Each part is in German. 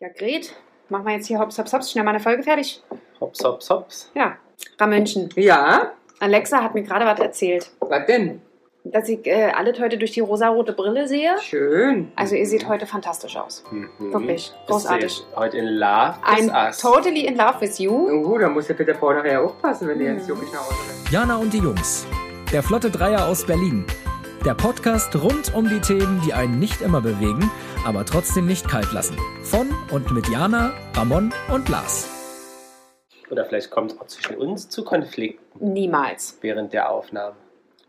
Ja, Gret, machen wir jetzt hier hops, hops, hops, schnell mal eine Folge fertig. Hops, hops, hops. Ja, Ramönchen. Ja, Alexa hat mir gerade was erzählt, was denn? dass ich äh, alles heute durch die rosarote Brille sehe. Schön. Also ihr seht heute fantastisch aus. Mhm. Wirklich, Ist großartig. sie Heute in Love I'm is Us. totally in love with you. Oh, da muss der Peter Paul nachher aufpassen, wenn der Mhm. jetzt wirklich nach Hause rennt. Jana und die Jungs. Der Flotte Dreier aus Berlin. Der Podcast rund um die Themen, die einen nicht immer bewegen, aber trotzdem nicht kalt lassen. Von und mit Jana, Ramon und Lars. Oder vielleicht kommt es auch zwischen uns zu Konflikt Niemals. während der Aufnahme.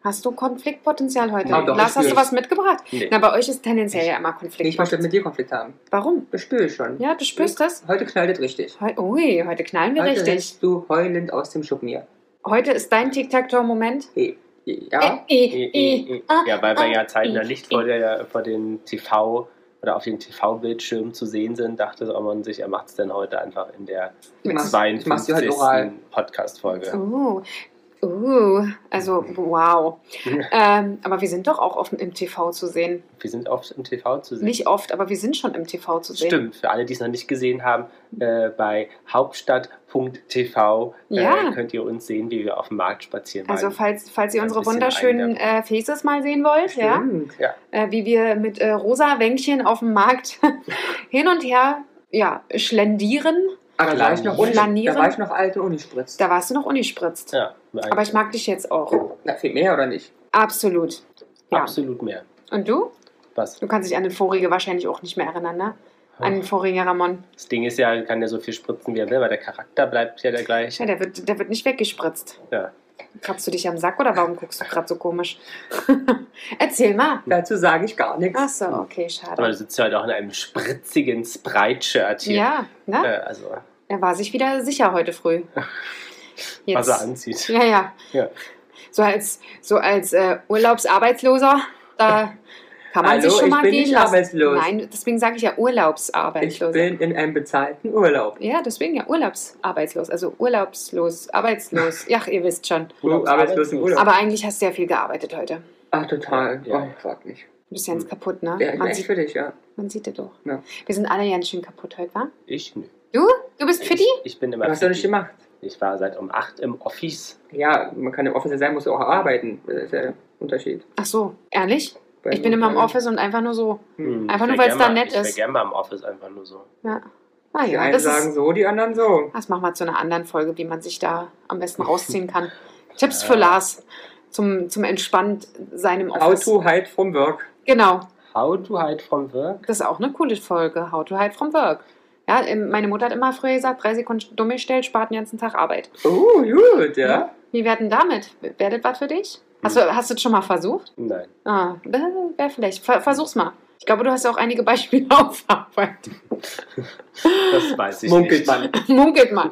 Hast du Konfliktpotenzial heute? Ah, doch, Lars, ich hast du nicht. was mitgebracht? Nee. Na, bei euch ist tendenziell ja immer Ich möchte Konfliktpotenzial. mit dir Konflikt haben. Warum? Das spüre ich schon. Ja, du spürst das? Heute knallt es richtig. Heu Ui, heute knallen wir Heute richtig. rennst du heulend aus dem Schuppen hier. Heute ist dein Tic-Tac-Toe-Moment. Hey, Ja? Äh, Eh, äh, eh, äh, eh. ah, Ja, weil wir ah, ja zeitnah eh, nicht eh. vor, der, vor den TV oder auf den TV-Bildschirmen zu sehen sind, dachte man sich, er macht es denn heute einfach in der Ich mach's, ich mach's dir 52. heute oral. Podcast-Folge. Uh, uh, also wow. ähm, aber wir sind doch auch oft im TV zu sehen. Wir sind oft im TV zu sehen. Nicht oft, aber wir sind schon im TV zu sehen. Stimmt, für alle, die es noch nicht gesehen haben, äh, bei hauptstadt.tv äh, Ja. könnt ihr uns sehen, wie wir auf dem Markt spazieren. Also waren. falls, falls ihr Ein unsere bisschen wunderschönen äh, Faces mal sehen wollt, ja, Stimmt. äh, wie wir mit äh, rosa Wänkchen auf dem Markt hin und her ja, schlendieren, Aber da war, ich noch Und ohne, da lanieren? war ich noch alt und unspritzt. da warst du noch ungespritzt. ja, Aber ich mag dich jetzt auch. Na, viel mehr oder nicht? Hm. Absolut. Ja. absolut mehr. Und du? Was? Du kannst dich an den vorige wahrscheinlich auch nicht mehr erinnern, ne? An Hm. den vorigen Ramon. Das Ding ist ja, kann ja so viel spritzen, wie er will, weil der Charakter bleibt ja der Tja, gleiche. der wird, der wird nicht weggespritzt. Ja. Kratzt du dich am Sack oder warum guckst du gerade so komisch? Erzähl mal. Dazu sage ich gar nichts. Ach so, okay, Aber du schade. sitzt ja heute auch in einem spritzigen Sprite-Shirt hier. Ja, Äh, ne? also, Er war sich wieder sicher heute früh. was er anzieht. Ja, ja. Ja. So als, so als äh, Urlaubsarbeitsloser, da kann man Hallo, sich schon ich mal bin gehen nicht lassen. arbeitslos. Nein, deswegen sage ich ja Ich Urlaubsarbeitsloser. bin in einem bezahlten Urlaub. Ja, deswegen ja Urlaubsarbeitslos. Also urlaubslos, arbeitslos. Ja, ihr wisst schon. Du arbeitslos im Urlaub. Aber eigentlich hast du ja viel gearbeitet heute. Ach, total. Ja. Oh, frag mich. Du bist ganz kaputt, ne? Ja, ich bin man, echt sieht, für dich, ja. man sieht das doch. Ja. Wir sind alle ganz schön kaputt heute, wa? Ich nö. Du? Du bist Fitti? Ich bin immer Was hast du nicht fit. gemacht? Ich war seit um 8 im Office. Ja, man kann im Office sein, muss auch arbeiten. Das ist ja der Unterschied. Ach so, ehrlich? Bei Ich bin immer im Unternehmen. Office und einfach nur so. Hm. Einfach Ich nur, wär weil's da gern mal- nett ich wär ist. gern mal im Office einfach nur so. Ja. Ah, Die ja, einen das sagen ist, so, die anderen so. das machen wir zu einer anderen Folge, wie man sich da am besten rausziehen kann. Tipps Ja. für Lars zum, zum entspannt seinem How Office. to hide from work. Genau, How to hide from work? das ist auch eine coole Folge. How to hide from work. Ja, ähm, meine Mutter hat immer früher gesagt, drei Sekunden dumm gestellt, spart den ganzen Tag Arbeit. Oh, gut, ja. Wie werden damit? Werdet was für dich? Hast Hm. du, hast du das schon mal versucht? Nein. Ah, wäre vielleicht. Ver versuch's mal. Ich glaube, du hast ja auch einige Beispiele auf Arbeit. Das weiß ich nicht. Munkelt man. Munkelt man.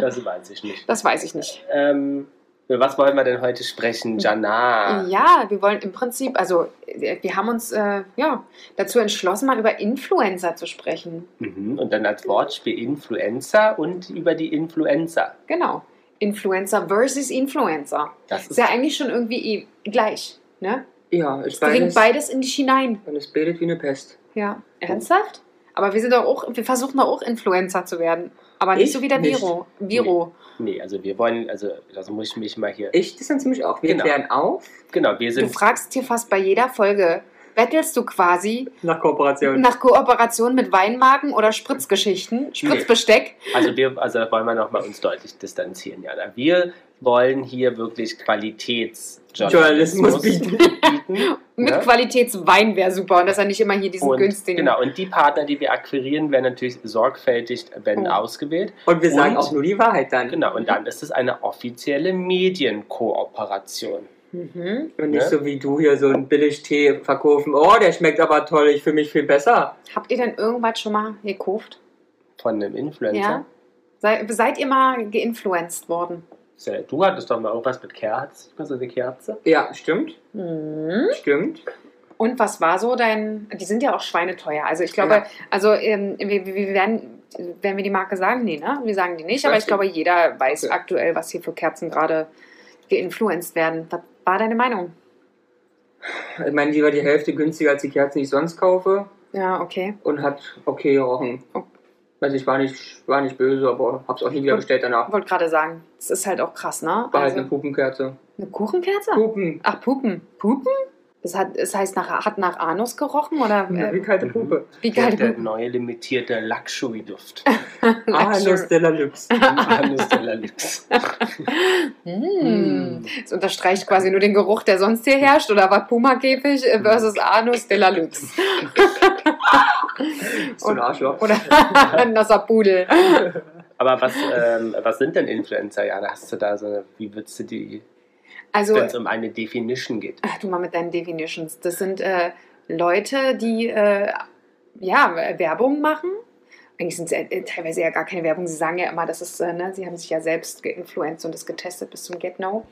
Das weiß ich nicht. Das weiß ich nicht. Ähm, über was wollen wir denn heute sprechen, Jana? Ja, wir wollen im Prinzip, also äh, wir haben uns äh, ja, dazu entschlossen, mal über Influencer zu sprechen. Mhm. Und dann als Wortspiel Influencer und über die Influencer. Genau. Influencer versus Influencer. Das Ist ist ja eigentlich schon irgendwie eh gleich. Ne? Ja, ich Es dringt beides. beides in dich hinein. Und es bildet wie eine Pest. Ja. Ernsthaft? Aber wir sind doch auch, wir versuchen doch auch Influencer zu werden. Aber nicht Ich so wie der nicht. Viro. Viro. Nee, also wir wollen, also das muss ich mich mal hier. Ich distanziere mich auch. Wir Genau. klären auf Genau, wir Du sind. fragst hier fast bei jeder Folge, bettelst du quasi nach Kooperation. Nach Kooperation mit Weinmarken oder Spritzgeschichten, Spritzbesteck. Also wir, also wollen wir nochmal uns deutlich distanzieren, Jana. Wir wollen hier wirklich Qualitätsjournalismus Journalismus bieten. ne? bieten. Mit Ja. Qualitätswein wäre super und dass er nicht immer hier diesen Und, günstigen. genau, und die Partner, die wir akquirieren, werden natürlich sorgfältig, wenn Oh. Mhm. ausgewählt. Und wir sagen Und- auch nur die Wahrheit dann. Genau, und dann ist es eine offizielle Medienkooperation. Mhm. Und nicht Ne? so wie du hier so einen Billigtee verkaufen. Oh, der schmeckt aber toll. Ich fühle mich viel besser. Habt ihr denn irgendwas schon mal gekauft? von einem Influencer. Ja. Sei, seid ihr mal geinfluenced worden? Sel, Du hattest doch mal irgendwas mit Kerze, so eine Kerze. Ja, stimmt. Mhm. Stimmt. Und was war so dein. Die sind ja auch schweineteuer. Also ich glaube, Ja. Genau. also ähm, wir, wir werden, werden wir die Marke sagen? Nee, ne? Wir sagen die nicht, Ich aber weiß ich glaube, jeder weiß Okay. aktuell, was hier für Kerzen gerade geinfluenced werden. Was war deine Meinung? Ich meine, die war die Hälfte günstiger als die Kerzen, die ich sonst kaufe. Ja, okay. Und hat okay gerochen. Also ich war nicht, war nicht böse, aber hab's auch nie wieder bestellt danach. Ich wollte gerade sagen, das ist halt auch krass, ne? War halt eine Pupenkerze. eine Kuchenkerze? Pupen. Ach, Pupen. Pupen? Das, hat, das heißt, nach, hat nach Anus gerochen oder Ja, äh, wie kalte Puppe. wie Der, geil? der neue limitierte Luxury-Duft. Anus de la Lips. Anus de la Lips. Hm. Mm. Das unterstreicht quasi nur den Geruch, der sonst hier herrscht, oder war Puma-Käfig äh, versus Anus de la Lux. So ein Arschloch. Oder ein nasser Pudel. Aber was, ähm, was sind denn Influencer? Ja, da hast du da so eine, wie würdest du die, Also, wenn es um eine Definition geht? ach, du mal mit deinen Definitions. Das sind äh, Leute, die äh, ja, Werbung machen. Eigentlich sind sie äh, teilweise ja gar keine Werbung. Sie sagen ja immer, das ist, äh, ne, sie haben sich ja selbst geinfluenzt und das getestet bis zum Get-No.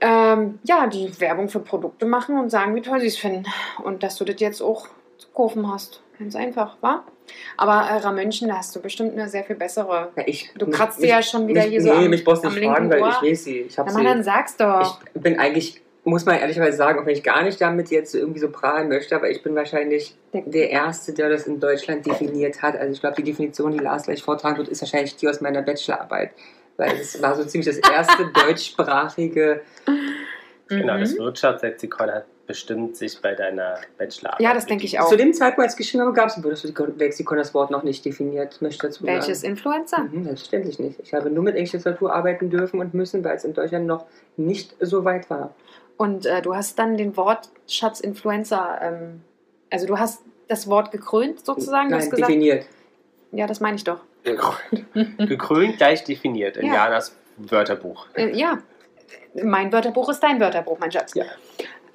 Ähm, ja, die Werbung für Produkte machen und sagen, wie toll sie es finden. Und dass du das jetzt auch zu kaufen hast. Ganz einfach, wa? Aber äh, Ramönchen, da hast du bestimmt eine sehr viel bessere. Ja, ich, Du kratzt dir mich, ja schon wieder mich, hier so Nee, am, mich brauchst du am nicht linken fragen, weil Ohr. ich weiß sie. Ich hab Na, sie. Mann, dann sag's doch. Ich bin eigentlich, muss man ehrlicherweise sagen, auch wenn ich gar nicht damit jetzt so irgendwie so prahlen möchte, aber ich bin wahrscheinlich der Erste, der das in Deutschland definiert hat. Also ich glaube, die Definition, die Lars gleich vortragen wird, ist wahrscheinlich die aus meiner Bachelorarbeit. Weil es war so ziemlich das erste deutschsprachige, Genau, Mhm. das Wirtschaftslexikon hat bestimmt sich bei deiner Bachelorarbeit. Ja, das denke ich bedient. auch. zu dem Zeitpunkt, als ich geschrieben habe, gab es im Bundeswehrlexikon das Wort noch nicht definiert, möchte ich dazu Welches sagen. Influencer? Mhm, selbstverständlich nicht. Ich habe nur mit englischer Literatur arbeiten dürfen und müssen, weil es in Deutschland noch nicht so weit war. Und äh, du hast dann den Wortschatz Influencer, ähm, also du hast das Wort gekrönt sozusagen, du Nein, hast gesagt. definiert. Ja, das meine ich doch. Gekrönt, gekrönt gleich definiert in Ja. Janas Wörterbuch. Äh, ja, mein Wörterbuch ist dein Wörterbuch, mein Schatz. Ja.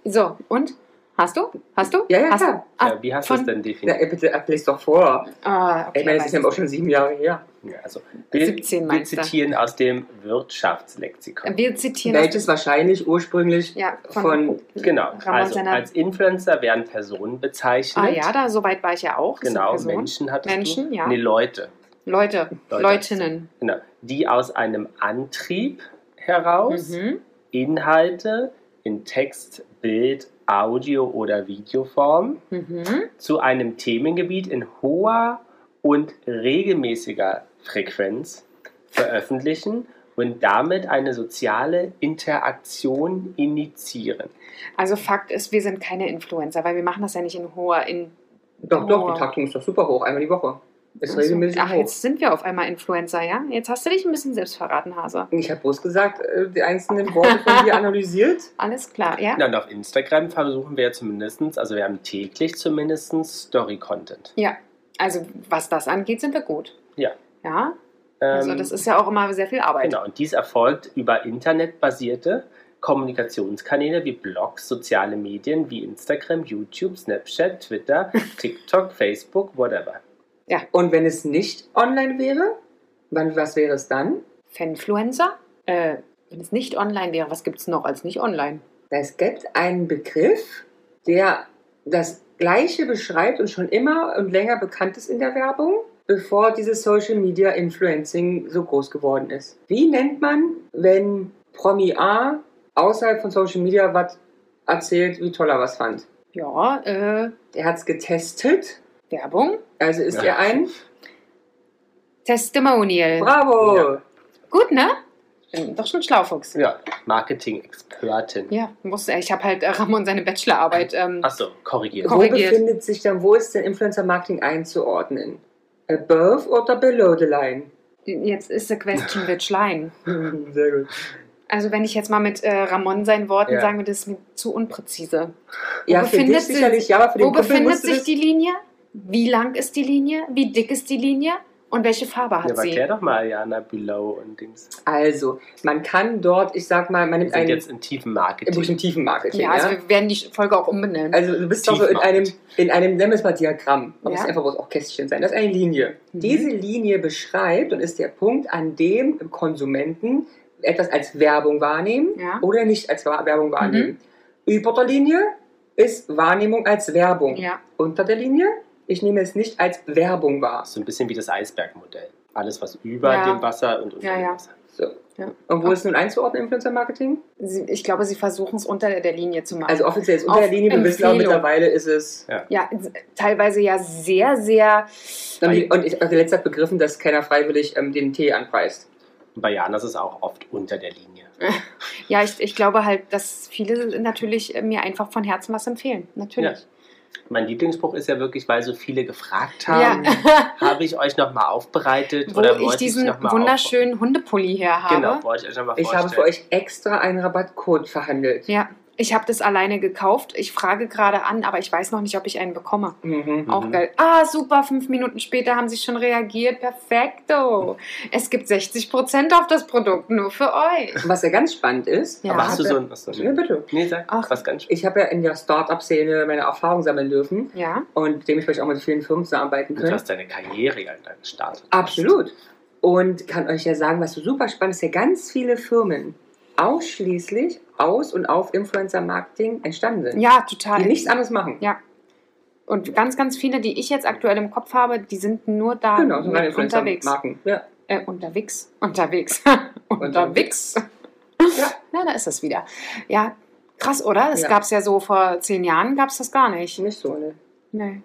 So, und? Hast du? Hast du? Ja, ja, hast klar. Du? Ah, ja, wie hast du von- es denn Ja, definiert? ey, bitte, ey, lest doch vor. ah, okay, Ich meine, das ist ja weiß auch schon sieben Jahre her. Ja, also, 17 wir meinst du? zitieren aus dem ich. Wirtschaftslexikon. Wir zitieren Welches wahrscheinlich ursprünglich ja, von- Genau, Ramon also seiner- als Influencer werden Personen bezeichnet. Ah ja, da so weit war ich ja auch. Das sind Genau, Personen. Menschen hat Menschen, du? ja. Nee, Leute. Leute, Leute. Leutinnen. Genau. Die aus einem Antrieb heraus Mhm. Inhalte in Text, Bild, Audio oder Videoform Mhm. zu einem Themengebiet in hoher und regelmäßiger Frequenz veröffentlichen und damit eine soziale Interaktion initiieren. Also Fakt ist, wir sind keine Influencer, weil wir machen das ja nicht in hoher, in Doch, doch, Oh. die Taktung ist doch super hoch, einmal die Woche. Ist regelmäßig Ach, hoch. jetzt sind wir auf einmal Influencer, ja? Jetzt hast du dich ein bisschen selbst verraten, Hase. Ich habe bloß gesagt, äh, die einzelnen Worte von dir analysiert. Alles klar, ja? Ja, und auf Instagram versuchen wir zumindestens, also wir haben täglich zumindest Story-Content. Also, was das angeht, sind wir gut. Ja. Ja? Also, Ähm, das ist ja auch immer sehr viel Arbeit. Genau, und dies erfolgt über internetbasierte Kommunikationskanäle wie Blogs, soziale Medien wie Instagram, YouTube, Snapchat, Twitter, TikTok, Facebook, whatever. Und wenn es nicht online wäre, wann, was wäre es dann? Fanfluencer? Äh, wenn es nicht online wäre, was gibt es noch als nicht online? Es gibt einen Begriff, der das Gleiche beschreibt und schon immer und länger bekannt ist in der Werbung, bevor dieses Social Media Influencing so groß geworden ist. Wie nennt man, wenn Promi A außerhalb von Social Media was erzählt, wie toll er was fand? Ja, äh, Er hat es getestet, Werbung? also ist Ja. er ein Testimonial. Bravo! Ja. gut, ne? Bin doch schon Schlaufuchs. Ja, Marketing-Expertin. Ja, muss, ich habe halt äh, Ramon seine Bachelorarbeit. Ähm, Achso, korrigiert. Ko- Wo Korrigiert. befindet sich dann, wo ist denn Influencer Marketing einzuordnen? Above oder below the line? jetzt ist the question which line. Sehr gut. Also wenn ich jetzt mal mit äh, Ramon seinen Worten Ja. sagen würde, das ist mir zu unpräzise. Ja, für befindet dich sich- sicherlich, ja, aber für den Wo Kumpel befindet musst du sich das- die Linie? Wie lang ist die Linie? Wie dick ist die Linie? Und welche Farbe Ja, hat aber erklär sie? doch mal, Jana, Below und Dings. Also, man kann dort, ich sag mal, man Wir nimmt sind einen jetzt im tiefen Marketing. im tiefen Marketing. Ja, also wir werden die Folge auch umbenennen. Also du bist doch so in einem, Tiefmarkt. in einem nenn es mal Diagramm, aber Ja. es ist einfach bloß auch Kästchen sein. Das ist eine Linie. Mhm. Diese Linie beschreibt und ist der Punkt, an dem Konsumenten etwas als Werbung wahrnehmen Ja. Mhm. oder nicht als Wa- Werbung wahrnehmen. Über der Linie ist Wahrnehmung als Werbung. ja. Unter der Linie, ich nehme es nicht als Werbung wahr. So ein bisschen wie das Eisbergmodell. Alles, was über Ja. dem Wasser und unter Ja, dem ja. Wasser. So. Ja. Und wo ist nun einzuordnen Influencer Marketing? Sie, ich glaube, sie versuchen es unter der Linie zu machen. Also offiziell ist unter Auf der Linie, wir wissen auch Empfehlung. mittlerweile ist es. ja, teilweise ja sehr, sehr. Dann, ähm, und ich habe letzter begriffen, dass keiner freiwillig ähm, den Tee anpreist. Bei Jana ist es auch oft unter der Linie. Ja, ich, ich glaube halt, dass viele natürlich äh, mir einfach von Herzen was empfehlen. Natürlich. Mein Lieblingsspruch ist ja wirklich, weil so viele gefragt Ja. haben, habe ich euch nochmal aufbereitet Wo Ähm, oder ich wollte diesen noch mal wunderschönen Hundepulli her auf- habe. Genau, wollte ich euch nochmal Ich habe vorstellen. für euch extra einen Rabattcode verhandelt. Ja, ich habe das alleine gekauft. Ich frage gerade an, aber ich weiß noch nicht, ob ich einen bekomme. Mhm. Auch geil. Ah, super, fünf Minuten später haben sie schon reagiert. Perfekto. Es gibt 60% auf das Produkt, nur für euch. Was ja ganz spannend ist, Ja. Aber hast du ich so habe- ein... Achso, Ja, bitte. nee, sag, Ach. was ganz Ich habe ja in der Start-up-Szene meine Erfahrung sammeln dürfen Ja, und dementsprechend auch mit vielen Firmen zusammenarbeiten Du können. hast deine Karriere ja dann gestartet. Absolut. Und kann euch ja sagen, was so super spannend ist, ja ganz viele Firmen ausschließlich aus und auf Influencer-Marketing entstanden sind. ja, Die total. nichts anderes machen. Ja. Und ganz, ganz viele, die ich jetzt aktuell im Kopf habe, die sind nur da Genau, so mit reine unterwegs. Influencer-Marken. Ja. Äh, unterwegs. Unterwegs. unterwegs. Ja. Na, da ist das wieder. Ja, krass, oder? Das Ja. gab es ja so vor zehn Jahren, gab es das gar nicht. Nicht so, ne? Nee,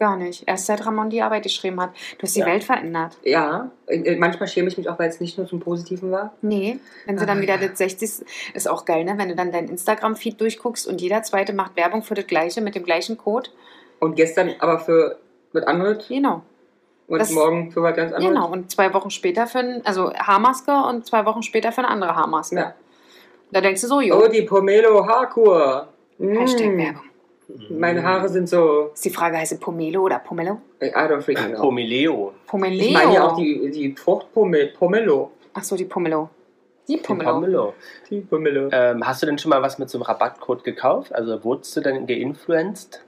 gar nicht. Erst seit Ramon die Arbeit geschrieben hat. Du hast die Ja. Welt verändert. Ja, äh, manchmal schäme ich mich auch, weil es nicht nur zum Positiven war. Nee, wenn sie dann Ah, wieder ja. das 60. Ist auch geil, ne? Wenn du dann deinen Instagram-Feed durchguckst und jeder zweite macht Werbung für das gleiche mit dem gleichen Code. Und gestern aber für was anderes Genau. und Das- morgen für was ganz anderes. Genau. Und zwei Wochen später für ein, also Haarmaske und zwei Wochen später für eine andere Haarmaske. Ja. Da denkst du so, Oh, jo, die Pomelo Haarkur. Mm. Hashtag Werbung. Mhm. Meine Haare sind so. Ist die Frage, heiße Pomelo oder Pomelo? I don't freaking know. Pomeleo. Pomelo. Ich meine ja auch die, die Frucht Pomelo. Pomelo. Ach so, die Pomelo. Die Pomelo. Pomelo. Die Pomelo. Äh. Ähm, hast du denn schon mal was mit so einem Rabattcode gekauft? Also wurdest du denn geinfluenced?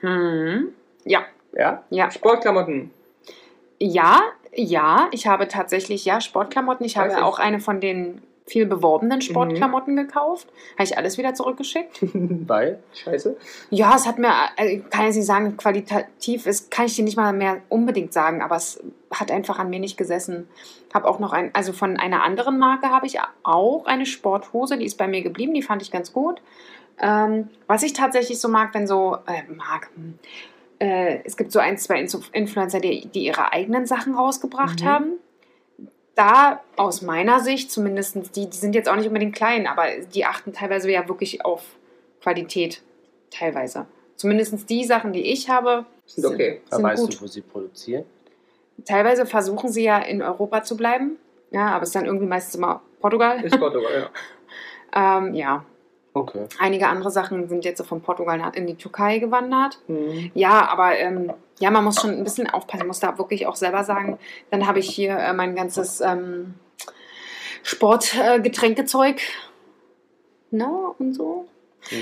Hm. Ja, Ja? ja. Sportklamotten. Ja, ja, ich habe tatsächlich ja Sportklamotten. Ich habe Weiß ich. Mhm. auch eine von den viel beworbenen Sportklamotten gekauft. Habe ich alles wieder zurückgeschickt? Weil? Scheiße. Ja, es hat mir, äh, kann ich nicht sagen, qualitativ ist, kann ich dir nicht mal mehr unbedingt sagen, aber es hat einfach an mir nicht gesessen. Habe auch noch ein, also von einer anderen Marke habe ich auch eine Sporthose, die ist bei mir geblieben, die fand ich ganz gut. Ähm, was ich tatsächlich so mag, wenn so, äh, mag, hm, äh, es gibt so ein, zwei Inso- Influencer, die, die ihre eigenen Sachen rausgebracht Mhm. haben. Da aus meiner Sicht, zumindest die, die sind jetzt auch nicht unbedingt klein, aber die achten teilweise ja wirklich auf Qualität. Teilweise. Zumindest die Sachen, die ich habe, Sind okay. Da Sind weißt gut. du, wo sie produzieren? teilweise versuchen sie ja in Europa zu bleiben. Ja, aber es ist dann irgendwie meistens immer Portugal. Ist Portugal, Ähm, ja, Okay. einige andere Sachen sind jetzt so von Portugal nach- in die Türkei gewandert. ja. Mhm. Ja, aber ähm, ja, man muss schon ein bisschen aufpassen, muss da wirklich auch selber sagen. Dann habe ich hier äh, mein ganzes ähm, Sportgetränkezeug. Äh, Getränkezeug. ne, und so.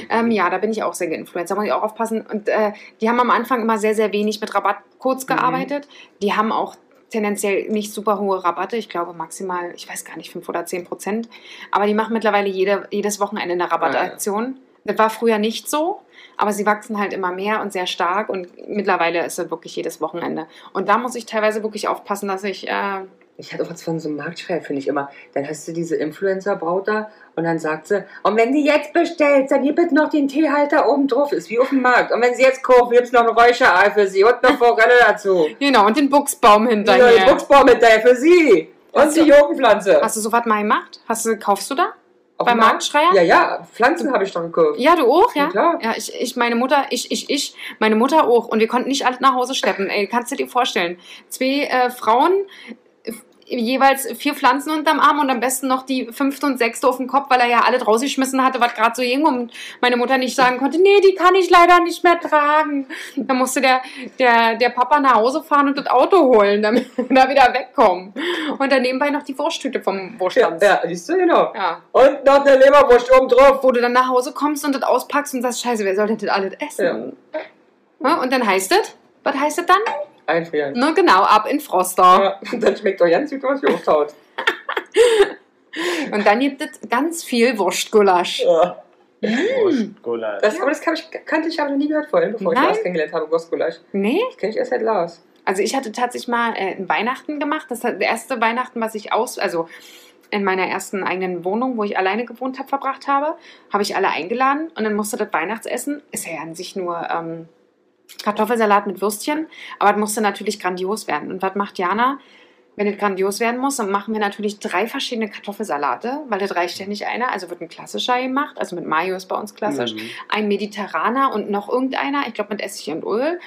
Ähm, ja, da bin ich auch sehr geinfluenced. Da muss ich auch aufpassen. Und äh, die haben am Anfang immer sehr, sehr wenig mit Rabattcodes Mhm. gearbeitet. Die haben auch tendenziell nicht super hohe Rabatte. Ich glaube maximal, ich weiß gar nicht, 5 oder 10 Prozent. Aber die machen mittlerweile jede, jedes Wochenende eine Ah, Rabattaktion. Das war früher nicht so, aber sie wachsen halt immer mehr und sehr stark. Und mittlerweile ist es wirklich jedes Wochenende. Und da muss ich teilweise wirklich aufpassen, dass ich. Äh, Ich hatte auch was von so einem Marktschreier, finde ich immer. Dann hast du diese Influencer-Braut da und dann sagt sie, und wenn du jetzt bestellst, dann gibt es noch den Teehalter oben drauf. Ist wie auf dem Markt. Und wenn sie jetzt kauft, gibt es noch ein Räucherei für sie und eine Forelle dazu. genau, und den Buchsbaum Die neue hinterher. Buchsbaum mit der für sie. Und äh, Hast die du- Jogenpflanze. Hast du sowas mal gemacht? Hast du, kaufst du da? Auf Beim dem Markt? Marktschreier? Ja, ja, Pflanzen habe ich doch gekauft. Ja, du auch, ja? Na klar. Ja, ich, ich, meine Mutter, ich, ich, ich, meine Mutter auch. Und wir konnten nicht alles nach Hause schleppen. Ey, kannst du dir vorstellen? Zwei äh, Frauen, äh, jeweils vier Pflanzen unterm Arm und am besten noch die fünfte und sechste auf dem Kopf, weil er ja alles rausgeschmissen hatte, was gerade so ging. Und meine Mutter nicht sagen konnte, nee, die kann ich leider nicht mehr tragen. Da musste der, der, der Papa nach Hause fahren und das Auto holen, damit wir da wieder wegkommen. Und dann nebenbei noch die Wursttüte vom Ja, Wurststand. ja, siehst du, genau. ja Und noch eine Leberwurst oben drauf. wo du dann nach Hause kommst und das auspackst und sagst, scheiße, wer soll denn das alles essen? Ja, Und dann heißt es, was heißt es dann? Einfrieren. Na genau, ab in Froster. Ja, dann schmeckt doch ganz gut, was ihr auftaut. Und dann gibt es ganz viel Wurstgulasch. Ja. hm. Wurstgulasch. Das, aber das kann ich, kannte ich, habe ich noch nie gehört vorhin, bevor Nein. ich Lars kennengelernt habe, Gosgulasch. Nee? Das kenne ich erst seit Lars. Also ich hatte tatsächlich mal äh, ein Weihnachten gemacht. Das war der erste Weihnachten, was ich aus... Also in meiner ersten eigenen Wohnung, wo ich alleine gewohnt habe, verbracht habe, habe ich alle eingeladen und dann musste das Weihnachtsessen, ist ja an sich nur ähm, Kartoffelsalat mit Würstchen, aber das musste natürlich grandios werden. Und was macht Jana? Wenn es grandios werden muss, dann machen wir natürlich drei verschiedene Kartoffelsalate, weil das reicht ja nicht einer. Also wird ein klassischer gemacht, also mit Mayo ist bei uns klassisch, Mhm. ein Mediterraner und noch irgendeiner, ich glaube mit Essig und Öl.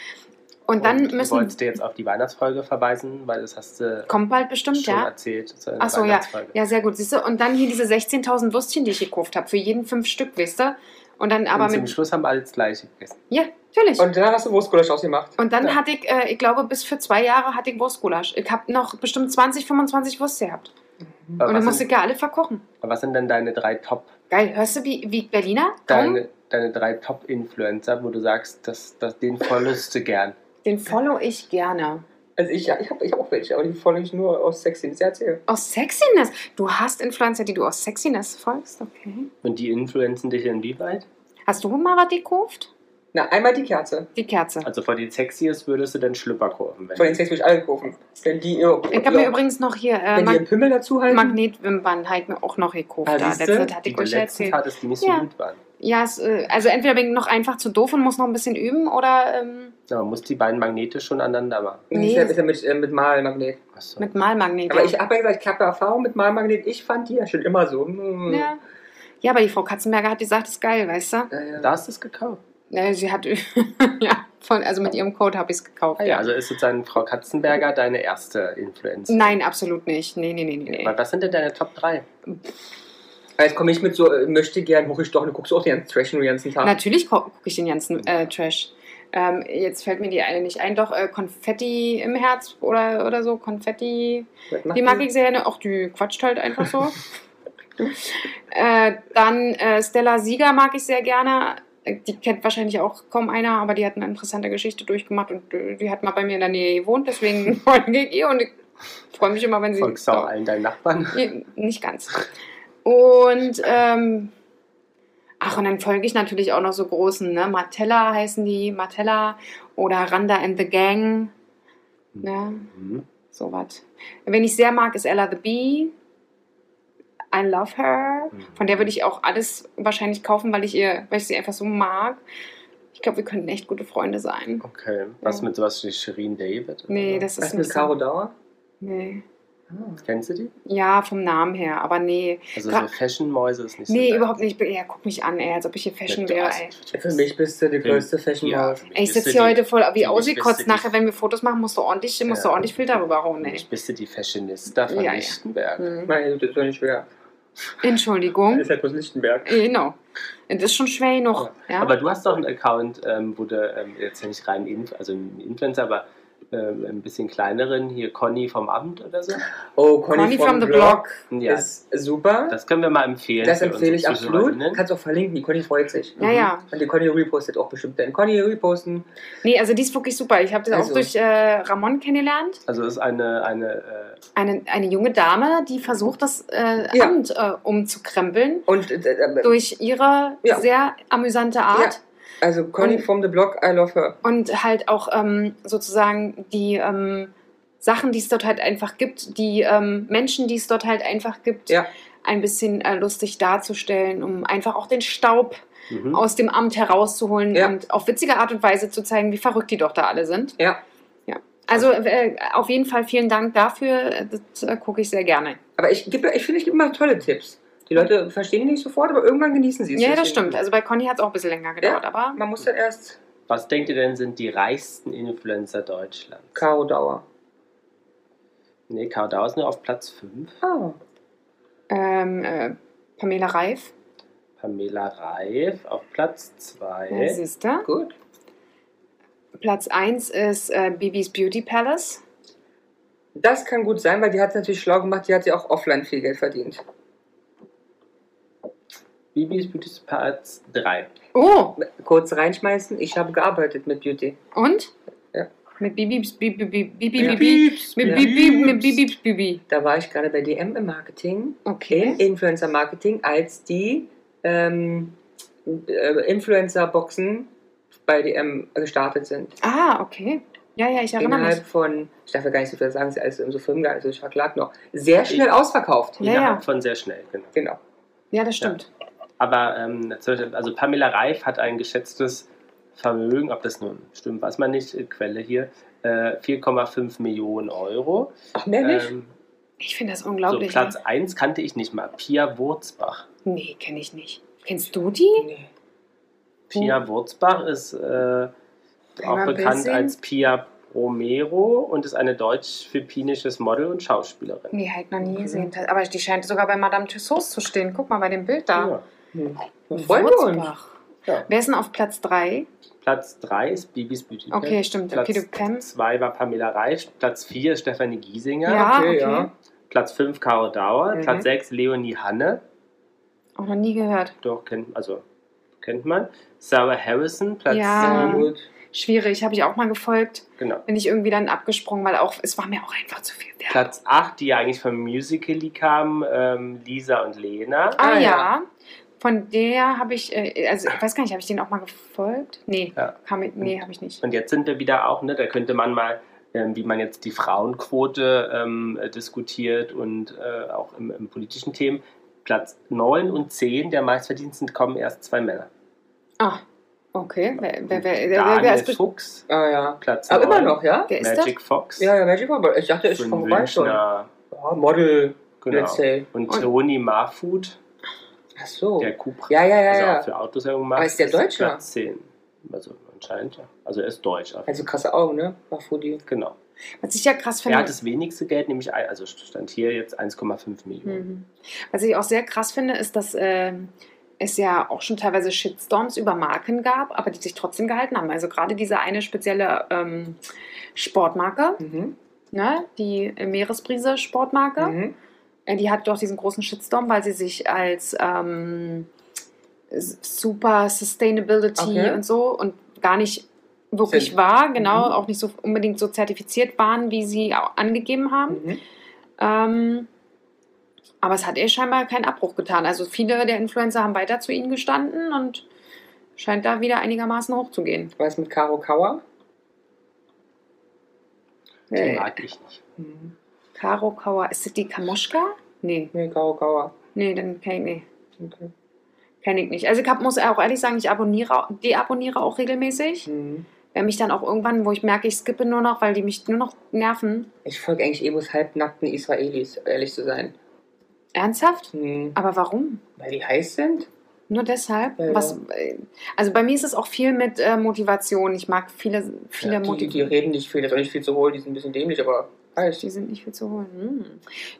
Und dann Und müssen. Wolltest du jetzt auf die Weihnachtsfolge verweisen, weil das hast du Kommt bald bestimmt, schon ja. erzählt. Ach so, Ja, sehr gut, siehst du. Und dann hier diese 16.000 Würstchen, die ich gekauft habe, für jeden fünf Stück, weißt du? Und dann aber und zum mit. Schluss haben alle das gleiche gegessen. Ja, natürlich. Und, Und danach hast du Wurstgulasch ausgemacht. dann Ja. hatte ich, äh, ich glaube, bis für zwei Jahre hatte ich Wurstgulasch. Ich habe noch bestimmt 20, 25 Würste gehabt. Aber Mhm. Und dann was, musste sind, ich ja alle verkochen. aber was sind denn deine drei Top, Geil, hörst du, wie, wie ich Berliner? Kaum deine, deine drei Top-Influencer, wo du sagst, das, das, den followst du gern? Den follow ich gerne. Also ich, ja, ich habe ich hab auch welche, aber die folge ich nur aus Sexiness. Erzähl. Aus Sexiness. Du hast Influencer, die du aus Sexiness folgst, okay. Und die influenzen dich inwieweit? Hast du mal was gekauft? Na, einmal die Kerze. Die Kerze. Also von den Sexiest würdest du dann Schlüpper kaufen. Wenn Von den Sex will ich alle kaufen. Wenn die ihr, Ich habe mir übrigens noch hier äh, wenn die Mag ihren Pimmel dazu halten. Magnetwimpern halt mir auch noch gekauft. Ah, da. siehste, Letztes hatte die ich du euch ja erzählt. letztens hattest, die nicht so Ja. gut waren. Ja, es, äh, also entweder bin ich noch einfach zu doof und muss noch ein bisschen üben oder ähm, Ja, man muss die beiden Magnete schon aneinander machen. nee, Nee. ist ja- ist ja mit, äh, mit Malmagnet. Ach so. mit Malmagnet. Aber ich habe ja gesagt, ich habe Erfahrung mit Malmagnet. Ich fand die ja schon immer so. Hm. ja. ja, aber die Frau Katzenberger hat gesagt, das ist geil, weißt du? Ja, ja. Da hast du es gekauft. Ja, sie hat, ja, von, also mit ihrem Code habe ich es gekauft. Ah ja, also ist sozusagen Frau Katzenberger deine erste Influencerin. Nein, absolut nicht. Nee, nee, nee, nee. nee. Aber was sind denn deine Top 3? Aber Jetzt komme ich mit so, äh, möchte gern hochgestochen. Du guckst auch den Thrashing den ganzen Tag. Natürlich gucke ich den ganzen äh, Trash. Ähm, jetzt fällt mir die eine nicht ein. Doch, äh, Konfetti im Herz oder, oder so. Konfetti. Was macht Die mag die? ich sehr gerne. Auch die quatscht halt einfach so. äh, dann äh, Stella Sieger mag ich sehr gerne. Äh, Die kennt wahrscheinlich auch kaum einer, aber die hat eine interessante Geschichte durchgemacht und äh, die hat mal bei mir in der Nähe gewohnt. Deswegen folge ich ihr und ich freue mich immer, wenn sie. Folgst du auch allen deinen Nachbarn? Nee, nicht ganz. Und ähm, ach, und dann folge ich natürlich auch noch so großen, ne? Martella heißen die, Martella oder Randa and the Gang. Ne? Mhm. Sowas. Wen ich sehr mag, ist Ella the Bee. I love her. Von der würde ich auch alles wahrscheinlich kaufen, weil ich ihr, weil ich sie einfach so mag. Ich glaube, wir könnten echt gute Freunde sein. Okay. Was mit sowas wie Shirin David? oder Nee, so? das ist Was ein mit bisschen- Caro Dauer? Nee. Ah. Kennst du die? Ja, vom Namen her, aber nee. Also Gra- so Fashion-Mäuse ist nicht so. Nee, dein. überhaupt nicht. Ich bin- Ja, guck mich an, ey, als ob ich hier Fashion Du wäre, hast- ey. Für mich bist du die größte fashion Ja, Äh, ja. für mich Ey, Ich bist sitze du hier die- heute voll wie für mich bist ausgekotzt. du die- Nachher, wenn wir Fotos machen, musst du ordentlich, musst du Ja. ordentlich Filter rüber hauen, ey. Ich bist du die Fashionista von Ja, ja. Lichtenberg. Hm. Nein, das ist doch nicht schwer. Das Entschuldigung. ist ja bloß Lichtenberg. Genau. Das ist schon schwer genug. Ja. Aber du hast doch einen Account, ähm, wo du ähm, jetzt ja nicht rein, Inf also ein Influencer, aber ähm, ein bisschen kleineren, hier Conny vom Amt oder so. Oh, Conny, Conny from, from the Block. Ja, Ist super. das können wir mal empfehlen. Das für empfehle ich unsere absolut. ZuhörerInnen. Kannst auch verlinken, die Conny freut sich. Mhm. Ja, ja. Und die Conny repostet auch bestimmt. Denn Conny reposten. Nee, also die ist wirklich super. Ich habe das Also. auch durch äh, Ramon kennengelernt. Also ist eine, eine äh, Eine, eine junge Dame, die versucht, das äh, Ja. Amt äh, umzukrempeln. Und äh, äh, Durch ihre Ja. sehr amüsante Art. also Conny und- from the Block, I love her. Und halt auch ähm, sozusagen die ähm, Sachen, die es dort halt einfach gibt, die ähm, Menschen, die es dort halt einfach gibt, Ja. ein bisschen äh, lustig darzustellen, um einfach auch den Staub mhm. aus dem Amt herauszuholen Ja. und auf witzige Art und Weise zu zeigen, wie verrückt die doch da alle sind. Ja. Also äh, auf jeden Fall vielen Dank dafür. Das äh, gucke ich sehr gerne. Aber ich, gebe- ich finde, ich gebe immer tolle Tipps. Die Leute verstehen die nicht sofort, aber irgendwann genießen sie es. Ja, das Deswegen- stimmt. Also bei Conny hat es auch ein bisschen länger gedauert, aber Man muss dann erst Was denkt ihr denn, sind die reichsten Influencer Deutschlands? Caro Dauer. Nee, Karl Dau ist nur auf Platz 5. Ah. ähm, äh, Pamela Reif, Pamela Reif auf Platz 2. ja, siehst du. Gut. Platz 1 ist äh, Bibis Beauty Palace. Das kann gut sein, weil die hat es natürlich schlau gemacht. Die hat ja auch offline viel Geld verdient. Bibis Beauty ist Platz 3. Oh, Kurz reinschmeißen. Ich habe gearbeitet mit Beauty. und? Ja. Mit Bibis, Bibi, Bibi, Ja. Bibi, Bibi, mit Bibi, mit Bibi, Bibi. Da war ich gerade bei DM im Marketing, Okay. im Influencer Marketing, als die ähm, äh, Influencer Boxen bei DM ähm, gestartet sind. Ah, okay. Ja, ja, ich erinnere innerhalb mich. von, ich darf ja gar nicht so viel sagen, sie alles in so Filmen, also ich verklag noch, sehr schnell ausverkauft. Ja, Innerhalb ja. von sehr schnell, genau. Genau. Ja, das stimmt. Aber ähm, zum Beispiel, also Pamela Reif hat ein geschätztes Vermögen, ob das nun stimmt, weiß man nicht, äh, Quelle hier, äh, 4,5 Millionen Euro. Ach, mehr nicht? Ähm, Ich finde das so unglaublich. ne? Platz 1 kannte ich nicht mal. Pia Wurzbach. nee, kenne ich nicht. Kennst du die? nee. Pia Wurzbach ist äh, auch mal bekannt Bilsing. als Pia Romero und ist eine deutsch-philippinisches Model und Schauspielerin. Nee, halt noch nie Mhm. gesehen. Aber die scheint sogar bei Madame Tussauds zu stehen. Guck mal bei dem Bild da. Ja. Hm. Wir Freuen wir uns. Wurzbach. Ja. Wer ist denn auf Platz 3? Platz 3 ist Bibis Beauty Palace. Okay, stimmt. Äh, Platz Peter Pan. 2 war Pamela Reif, Platz 4 ist Stefanie Giesinger, Ja, Ah, okay, okay. ja. Platz 5 Caro Dauer, Mhm. Platz 6 Leonie Hanne, Auch noch nie gehört. doch kennt, also, kennt man, Sarah Harrison, Platz Ja. Ja, 7, gut. Schwierig, habe ich auch mal gefolgt. genau. Bin ich irgendwie dann abgesprungen, weil auch es war mir auch einfach zu viel Werbung. Platz 8, die ja eigentlich vom Musical.ly kam, ähm, Lisa und Lena. Ah Ah, ja. ja. Von der habe ich, äh, also ich weiß gar nicht, habe ich den auch mal gefolgt? Nee, Ja. kam, ich- nee, habe ich nicht. Und jetzt sind wir wieder auch, ne, da könnte man mal, ähm, wie man jetzt die Frauenquote ähm, äh, diskutiert und äh, auch im, im politischen Themen, Platz 9 und 10 der meistverdiensten kommen erst zwei Männer. Ah, okay. Wer, wer, wer, wer, wer, wer Daniel ist be- Fuchs, Ah, ja. Platz Aber immer neun. noch, ja? Wer ist das? Magic Fox, Ja, ja, Magic Bob. Ich dachte, ich Finn komme vorbei schon. Ja, Wünschner, Model, let's genau. say. Und Und- Tony Marfut, Ach so. der Cupra, Oh. Ja, ja, also ja, auch ja. für Autoswerbung macht. Aber ist der Deutscher? Platz 10. Also anscheinend, ja. Also er ist Deutsch. aber- Also krasse Augen, ne? Mafudi. genau. Was ich ja krass Er finde. hat das wenigste Geld, nämlich, ein- also stand hier jetzt 1,5 Millionen. Mhm. Was ich auch sehr krass finde, ist, dass ähm, es ja auch schon teilweise Shitstorms über Marken gab, aber die sich trotzdem gehalten haben. Also gerade diese eine spezielle ähm, Sportmarke, Mhm. ne? die äh, Meeresbrise Sportmarke, Mhm. äh, die hat doch diesen großen Shitstorm, weil sie sich als ähm, s- super Sustainability Okay. und so und gar nicht wirklich Sind. war, genau, Mhm. auch nicht so unbedingt so zertifiziert waren, wie sie au- angegeben haben. Mhm. Ähm, aber es hat ihr scheinbar keinen Abbruch getan. Also viele der Influencer haben weiter zu ihnen gestanden und scheint da wieder einigermaßen hochzugehen. Was mit Caro Kauer? Den Äh, mag ich nicht. Mhm. Karo Kauer, ist das die Kamoschka? Nee, Nee, Caro Kauer. nee, dann kenn ich, nee, Okay. kenn ich nicht. Also ich hab, muss auch ehrlich sagen, ich abonniere, au- deabonniere auch regelmäßig. Mhm. Wer mich dann auch irgendwann, wo ich merke, ich skippe nur noch, weil die mich nur noch nerven. Ich folge eigentlich eh bloß halbnackten Israelis, ehrlich zu sein. Ernsthaft? Mhm. Aber warum? Weil die heiß sind? Nur deshalb? Ja, ja. Was, äh, also bei mir ist es auch viel mit äh, Motivation. Ich mag viele, viele Ja, die, Motiv- die reden nicht viel, das ist auch nicht viel zu holen, die sind ein bisschen dämlich, aber heiß. Die sind nicht viel zu holen. Hm.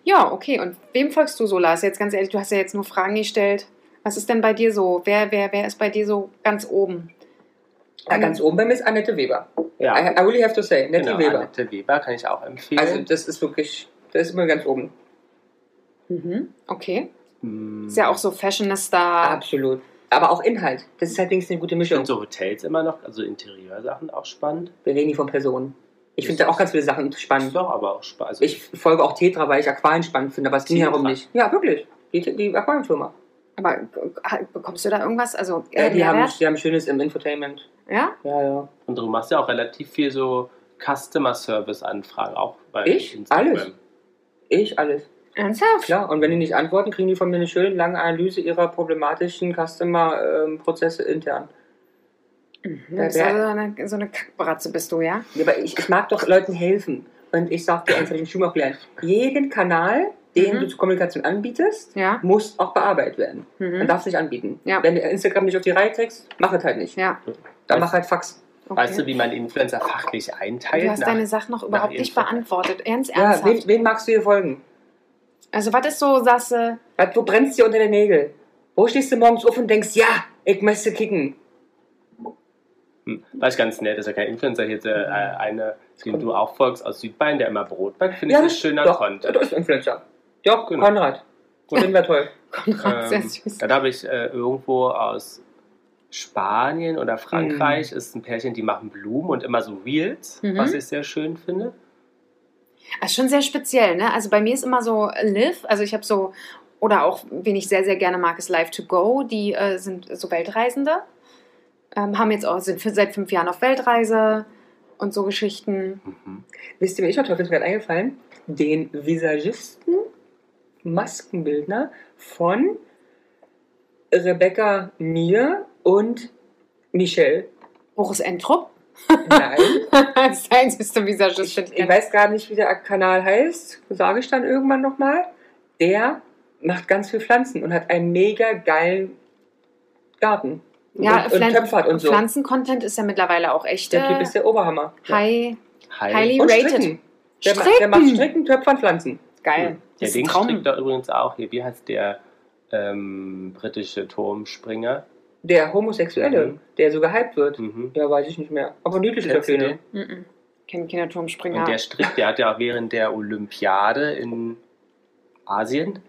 Ja, okay. Und wem folgst du so, Lars? Jetzt ganz ehrlich, du hast ja jetzt nur Fragen gestellt. Was ist denn bei dir so? Wer, wer, wer ist bei dir so ganz oben? Ah, ganz oben bei mir ist Annette Weber. I, Ja, I really have to say, Äh, Annette genau, Weber. Annette Weber kann ich auch empfehlen. Also das ist wirklich, das ist immer ganz oben. Mhm. Okay. Hm, Ist ja auch so Fashionista. Absolut. Aber auch Inhalt. Das ist halt wenigstens eine gute Ich finde Mischung. so Hotels immer noch, also Interieursachen auch spannend. Wir reden hier von Personen. Ich finde da auch ganz viele Sachen Ist spannend. doch aber auch spannend. Also Ich folge auch Tetra, weil ich Aquarien spannend finde, aber es ging Tetra. herum nicht. Ja, wirklich. Die, die Aquarienfirma. Aber äh, bekommst du da irgendwas? Also, Ja, äh, die, haben, Mehrwert? die haben Schönes im Infotainment. ja? Ja, ja. und du machst ja auch relativ viel so Customer Service Anfragen, auch bei Ich? Alles. Ich alles. Ernsthaft? Klar. Und wenn die nicht antworten, kriegen die von mir eine schöne lange Analyse ihrer problematischen Customer-Prozesse intern. Mhm. Ja, Das ist wer- also eine, so eine Kackbratze bist du, ja? Ja, aber ich, ich mag doch Leuten helfen. Und ich sag dir eins, habe ich im Schulbuch gelernt. Jeden Kanal, den Mhm. du zur Kommunikation anbietest, Ja. muss auch bearbeitet werden. Man Mhm. darf es nicht anbieten. Ja. Wenn du Instagram nicht auf die Reihe kriegst, mach es halt nicht. Ja. Dann mach halt Fax. Okay. Weißt du, wie man Influencer fachlich einteilt? du hast nach- deine Sachen noch überhaupt nach nicht Info. beantwortet. Ernst, Ja, ernsthaft. wen, wen magst du hier folgen? also, was ist so, Sasse? Was, wo brennst dir unter den Nägeln? Wo stehst du morgens auf und denkst, ja, ich möchte kicken? Hm, War ich ganz nett, dass ja kein Influencer hier äh, Mhm. eine, den du auch folgst aus Südbayern, der immer Brot backt, finde ja, ich ein schöner doch, Content. Das ist ein Influencer. Ja, Genau. Konrad. Gut. Finden wir toll. Konrad, sehr Ähm, süß. dann habe ich äh, irgendwo aus Spanien oder Frankreich ist ein Pärchen, die machen Blumen und immer so Reels, Mhm. was ich sehr schön finde. Also schon sehr speziell, ne? Also bei mir ist immer so Live, also ich habe so, oder auch, wen ich sehr, sehr gerne mag, ist Live to Go. Die äh, sind so Weltreisende, ähm, haben jetzt auch, sind für, seit fünf Jahren auf Weltreise, und so Geschichten. Mhm. Wisst ihr, wie ich noch drauf ist mir gerade eingefallen? Den Visagisten, Maskenbildner von Rebecca Mir und Michelle. Boris Entrup. Nein, das ist der einzigste Visagist, ich, den ich ich kenne. weiß gar nicht, wie der Kanal heißt. Sage ich dann irgendwann nochmal. Der macht ganz viel Pflanzen und hat einen mega geilen Garten. Ja, und, und Pflan- Töpfert und so. Pflanzencontent ist ja mittlerweile auch echt Der Typ äh, ist der Oberhammer. high, Hi. highly Und rated. Stricken. Der, ma- der macht Stricken, Töpfern, Pflanzen. Geil. Der Das ist ein Ding Traum. strickt da übrigens auch hier. Wie heißt der ähm, britische Turmspringer? Der Homosexuelle, Mhm. der so gehypt wird. Mhm. Ja, weiß ich nicht mehr. Aber niedlich ist Kennst auf du jeden den? Fall. Mhm. Kennt keiner Turmspringer. Und der strickt, der hat ja auch während der Olympiade in Asien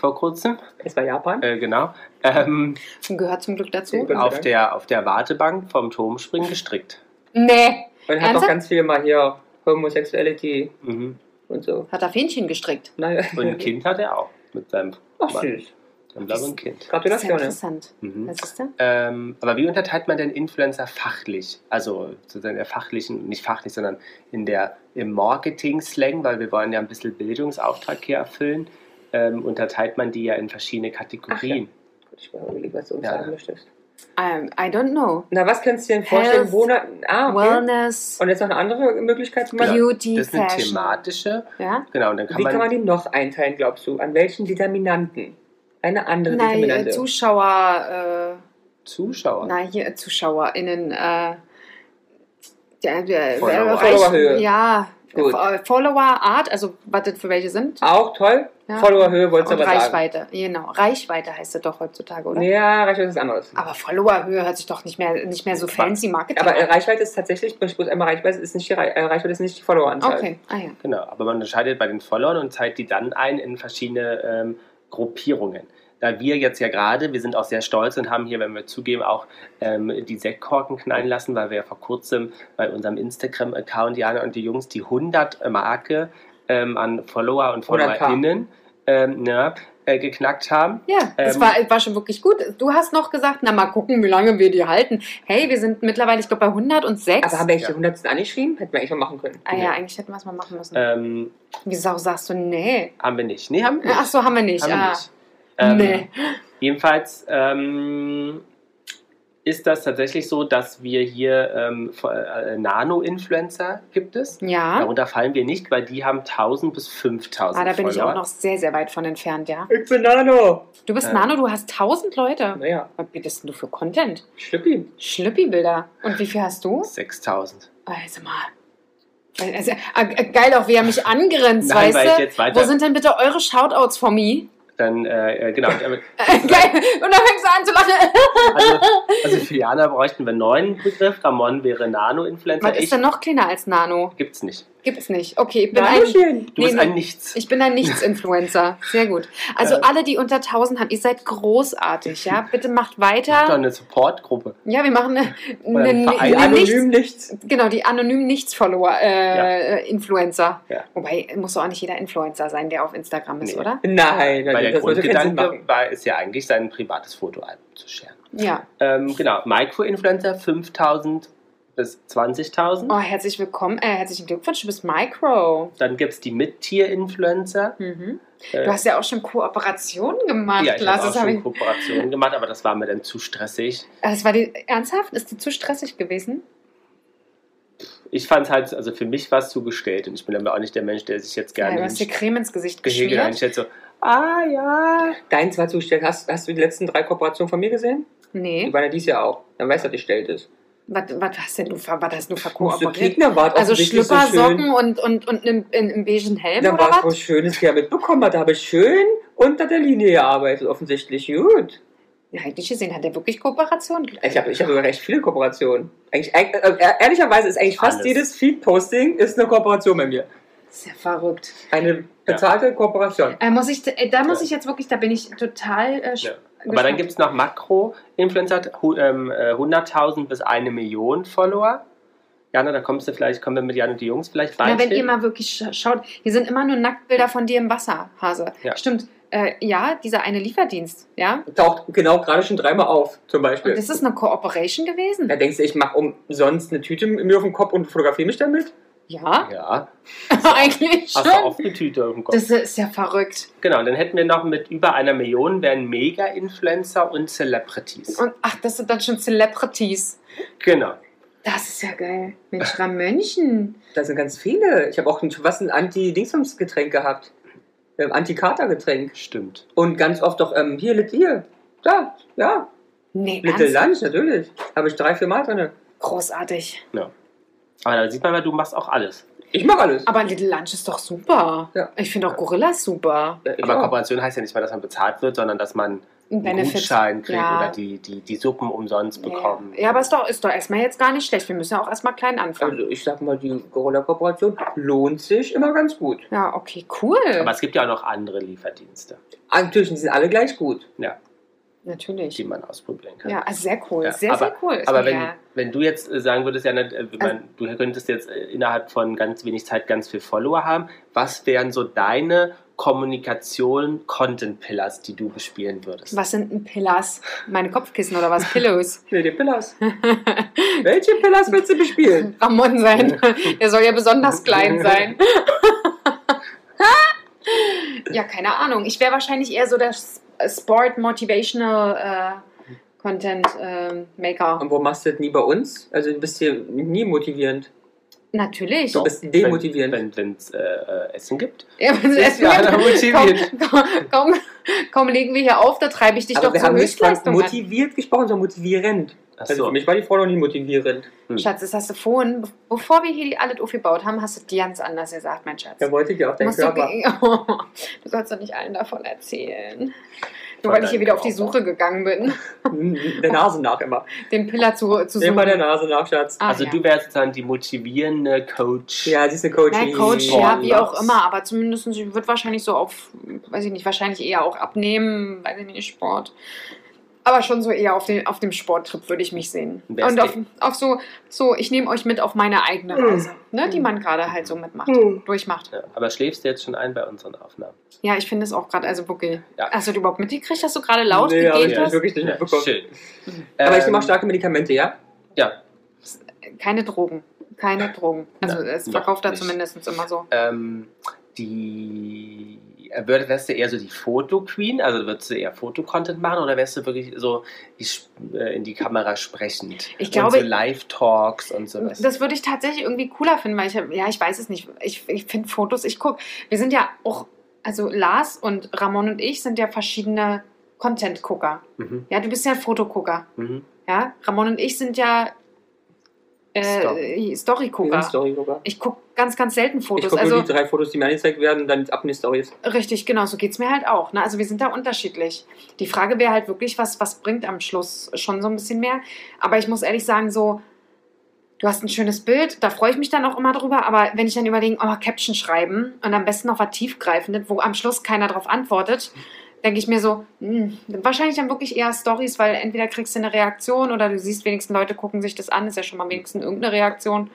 vor kurzem, Es war Japan. äh, genau, ähm, Ah, Gehört zum Glück dazu. Ja. auf, der, auf der Wartebank vom Turmspringen gestrickt. Nee. Und hat Ernsthaft? doch ganz viel mal hier Homosexuality Mhm. und so. Hat er Fähnchen gestrickt. Naja. Und ein Kind hat er auch mit seinem Ach Mann. süß. Dann bleibt ein Das Kind. ist ja Gratulation. interessant. Mhm. Was ist das? Ähm, aber wie unterteilt man denn Influencer fachlich? Also sozusagen der fachlichen, nicht fachlich, sondern in der, im Marketing-Slang, weil wir wollen ja ein bisschen Bildungsauftrag hier erfüllen, ähm, unterteilt man die ja in verschiedene Kategorien. Ich war überlegt, was du uns Ja. sagen möchtest. Um, I don't know. Na, was kannst du dir denn vorstellen? Health, Wo na, ah, okay. Wellness, Und jetzt noch eine andere Möglichkeit. Wie Genau. Beauty, Das ist eine Fashion. thematische, Ja? genau, und dann kann kann man, man die noch einteilen, glaubst du? An welchen Determinanten? Eine andere Nein, äh, Determinante. Zuschauer, äh, Zuschauer. na hier, äh, ZuschauerInnen, äh, der, der, Follower. der- Followerhöhe. Ja, Gut. Äh, Follower-Art, also was das für welche sind. Auch toll. Ja. Followerhöhe wolltest du Und aber sagen. Reichweite, genau. Reichweite heißt es doch heutzutage, oder? Ja, Reichweite ist was anderes. Aber Followerhöhe hört sich doch nicht mehr, nicht mehr so fancy Marketing Aber äh, an. Reichweite ist tatsächlich, ich muss einmal Reichweite ist nicht die, Rei- äh, Reichweite ist nicht die Followeranzahl. Okay, ah ja. Genau, aber man unterscheidet bei den Followern und teilt die dann ein in verschiedene ähm, Gruppierungen. Da wir jetzt ja gerade, wir sind auch sehr stolz und haben hier, wenn wir zugeben, auch ähm, die Sektkorken knallen lassen, weil wir ja vor kurzem bei unserem Instagram-Account Jana und die Jungs die 100-Marke ähm, an Follower und 100K. FollowerInnen ähm, ne, äh, geknackt haben. Ja, das Ähm, war, war schon wirklich gut. Du hast noch gesagt, na mal gucken, wie lange wir die halten. Hey, wir sind mittlerweile, ich glaube, bei 106. Aber haben wir echt Ja. die 100. angeschrieben? Hätten wir eigentlich mal machen können. ah ja, Nee. eigentlich hätten wir es mal machen müssen. Ähm, Wieso sagst du nee? haben wir nicht. Nee, haben wir nicht. Ach so, haben wir nicht. Haben wir ah. nicht. Ähm, Nee. Jedenfalls ähm, ist das tatsächlich so, dass wir hier ähm, vor- äh, Nano-Influencer gibt es. Ja, Darunter fallen wir nicht, weil die haben 1000 bis 5000 ah, da bin ich Follower. auch noch sehr, sehr weit von entfernt, ja. Ich bin Nano. Du bist Äh. Nano, du hast 1000 Leute. Naja, Was bietest denn du für Content? Schlüppi. Schlüppi-Bilder. Und wie viel hast du? 6000. Also mal. Also, ah, ge- geil auch, wie er mich angrinst, Nein, weil ich weißt du? jetzt weiter. Wo sind denn bitte eure Shoutouts for me? dann, äh, äh, genau. Aber- Äh, geil. Und dann fängst du an zu lachen. Also, also für Jana bräuchten wir einen neuen Begriff. Ramon wäre Nano-Influencer. Was ist denn noch kleiner als Nano? Gibt's nicht. Gibt's nicht. Okay, ich bin ein, Nanochen. Du Nee, bist nee. ein Nichts. ich bin ein Nichts-Influencer. Sehr gut. Also Ja. alle, die unter 1000 haben, ihr seid großartig, ja? Bitte macht Ich hab doch weiter. eine Supportgruppe. Ja, wir machen eine, Oder eine, ne ein Verein. Die eine Nichts... anonym nichts. Genau, die anonymen Nichts-Follower, äh, Influencer. Ja. Wobei, muss doch auch nicht jeder Influencer sein, der auf Instagram ist, Nee. oder? Nein, Weil nein, der das würde keinen Sinn Grundgedanke machen. war, ist ja eigentlich, sein privates Fotoalbum zu scheren. Ja. Ähm, genau, Micro-Influencer 5000 bis 20.000. Oh, herzlich willkommen, äh, herzlichen Glückwunsch, du bist Micro. Dann gibt es die Mittier-Influencer. Mhm. Äh, Du hast ja auch schon Kooperationen gemacht, ja, ich Lars. habe auch Das, hab schon ich, Kooperationen gemacht, aber das war mir dann zu stressig. das war die, ernsthaft? Ist die zu stressig gewesen? Ich fand es halt, also für mich war es zugestellt und ich bin aber auch nicht der Mensch, der sich jetzt Ja, gerne du hast dir hinst- Creme ins Gesicht Gehege geschmiert. einstellt. So, ah ja. Deins war zugestellt. Hast, hast du die letzten drei Kooperationen von mir gesehen? Die Nee. waren ja dieses Jahr auch. Dann weißt du, dass die stellt ist. Was, was hast denn du, ver- was hast du Musste verkooperiert? Gegnerwart Also offensichtlich Schlüpper, so schön. Socken und, und, und einen, einen, einen beigen Helm Da oder war es was? was Schönes, der mitbekommen hat. Da habe ich schön unter der Linie gearbeitet, offensichtlich. Gut. Ja, hätte ich gesehen. Hat der wirklich Kooperationen? Ich habe ich hab sogar recht viele Kooperationen. Eigentlich, eig- äh, äh, ehrlicherweise ist eigentlich fast Alles. jedes Feed-Posting ist eine Kooperation bei mir. Das ist ja verrückt. Eine bezahlte Kooperation. Äh, muss ich, äh, da muss Ja. ich jetzt wirklich, da bin ich total äh, sch- Ja. Aber gespannt. dann gibt es noch Makro-Influencer, hu- ähm, äh, 100.000 bis eine Million Follower. Jana, da kommst du vielleicht, kommen wir mit Jan und die Jungs vielleicht Na, rein. wenn ihr mal wirklich scha- schaut, hier sind immer nur Nacktbilder von dir im Wasser, Hase. Ja. Stimmt, äh, ja, dieser eine Lieferdienst, ja. Taucht genau gerade schon dreimal auf, zum Beispiel. Und das ist eine Cooperation gewesen. Da denkst du, ich mache umsonst eine Tüte mir auf den Kopf und fotografiere mich damit? Ja, Ja, eigentlich hast du schon. oft eine Tüte im Kopf. Das ist ja verrückt. genau, und dann hätten wir noch mit über einer Million wären Mega-Influencer und Celebrities. Und ach, das sind dann schon Celebrities. genau. Das ist ja geil. Mensch, Ramönchen. Da sind ganz viele. Ich habe auch ein, was ein Anti-Dingsums-Getränk gehabt. Ähm, Anti-Kater-Getränk. Stimmt. Und ganz oft auch, ähm, hier, Little, hier. Da, ja. Nee, Little ganz Lunch, natürlich. Habe ich drei, vier Mal drin. großartig. Aber da sieht man mal, du machst auch alles. Ich mache alles. Aber Little Lunch ist doch super. Ja. Ich finde auch Gorillas super. Ja, Äh, ich Aber auch. Kooperation heißt ja nicht mal, dass man bezahlt wird, sondern dass man Ein einen Gutschein kriegt Ja. oder die, die, die Suppen umsonst bekommen. Ja, ja, aber ist doch, ist doch erstmal jetzt gar nicht schlecht. Wir müssen ja auch erstmal klein anfangen. Also ich sag mal, die Gorilla-Kooperation lohnt sich immer ganz gut. Ja, okay, cool. Aber es gibt ja auch noch andere Lieferdienste, Natürlich, die sind alle gleich gut. Natürlich. die man ausprobieren kann. Ja, also sehr cool. Ja, sehr, sehr cool. Ist Aber mir Also wenn, ja. wenn du jetzt äh, sagen würdest, Jana, äh, wenn man, du könntest jetzt äh, innerhalb von ganz wenig Zeit ganz viel Follower haben, was wären so deine Kommunikation-Content-Pillars, die du bespielen würdest? Was sind denn Pillars? Meine Kopfkissen oder was? Pillows? Nee, die Pillars. Welche Pillars willst du bespielen? Ramon sein. Der soll ja besonders klein sein. ja, keine Ahnung. Ich wäre wahrscheinlich eher so der S- Sport Motivational äh, Content ähm, Maker. Und warum machst du das nie bei uns? Also du bist hier nie motivierend. Natürlich. Du bist demotivierend. Wenn es äh, äh, Essen gibt. Ja, wenn Sie Ist essen ja einer komm, motiviert. komm, komm, komm, legen wir hier auf, da treibe ich dich Aber doch wir zur haben nicht von Höchstleistung an. motiviert gesprochen, sondern motivierend. Ach Also so. für mich war die Frau noch nie motivierend. Schatz, das hast du vorhin, be- bevor wir hier die alles aufgebaut haben, hast du dir ganz anders gesagt, mein Schatz. Da wollte ich ja auch deinen Musst du, Körper. ge- oh, du sollst doch nicht allen davon erzählen. Nur weil ich hier deinem wieder auf die Körper. Suche gegangen bin, Hm, Der Nase nach immer. den Pillar zu, zu suchen. Immer der Nase nach, Schatz. Ah, also ja. du wärst sozusagen die motivierende Coach. Ja, sie ist eine Coach. Oh. Na, Coach, Boah, ja, wie auch Lars. immer, aber zumindest ich würde wahrscheinlich so auf, weiß ich nicht, wahrscheinlich eher auch abnehmen, weiß ich nicht, Sport. Aber schon so eher auf, den, auf dem Sporttrip würde ich mich sehen. Wer ist Und auf, auf so, so, ich nehme euch mit auf meine eigene Mhm. Reise, ne, die man gerade halt so mitmacht, Mhm. durchmacht. Ja, aber schläfst du jetzt schon ein bei unseren Aufnahmen? Ja, ich finde es auch gerade, also wirklich. Ja. Hast du überhaupt mitgekriegt, dass du gerade laut Nee, aber gegeben ich habe hast? wirklich nicht mitbekommen. schön. oh Aber ich Ähm, nehme auch starke Medikamente, ja? Ja, Keine Drogen. Keine Drogen. Also Nein, es verkauft da noch nicht. zumindest immer so. ähm, die äh, würd- wärst du eher so die Foto-Queen, also würdest du eher Fotocontent machen oder wärst du wirklich so ich, äh, in die Kamera sprechend? Ich glaube- und so Live-Talks und sowas. Das würde ich tatsächlich irgendwie cooler finden, weil ich hab- ja, ich weiß es nicht. Ich, ich finde Fotos, ich gucke. Wir sind ja auch, also Lars und Ramon und ich sind ja verschiedene Content-Gucker. mhm. Ja, du bist ja ein Fotogucker. Mhm. Ja, Ramon und ich sind ja Story. äh, Wir sind Story-Gucker. Story sogar. ich gucke ganz, ganz selten Ich Fotos. gucke Also nur die drei Fotos, die mir angezeigt werden und dann ab in die Stories. richtig, genau, so geht es mir halt auch. Ne? Also wir sind da unterschiedlich. Die Frage wäre halt wirklich, was, was bringt am Schluss schon so ein bisschen mehr. Aber ich muss ehrlich sagen, so, du hast ein schönes Bild, da freue ich mich dann auch immer drüber. Aber wenn ich dann überlege, oh, Caption schreiben und am besten noch was Tiefgreifendes, wo am Schluss keiner drauf antwortet, denke ich mir so, hm, wahrscheinlich dann wirklich eher Stories, weil entweder kriegst du eine Reaktion oder du siehst wenigstens, Leute gucken sich das an, ist ja schon mal wenigstens irgendeine Reaktion.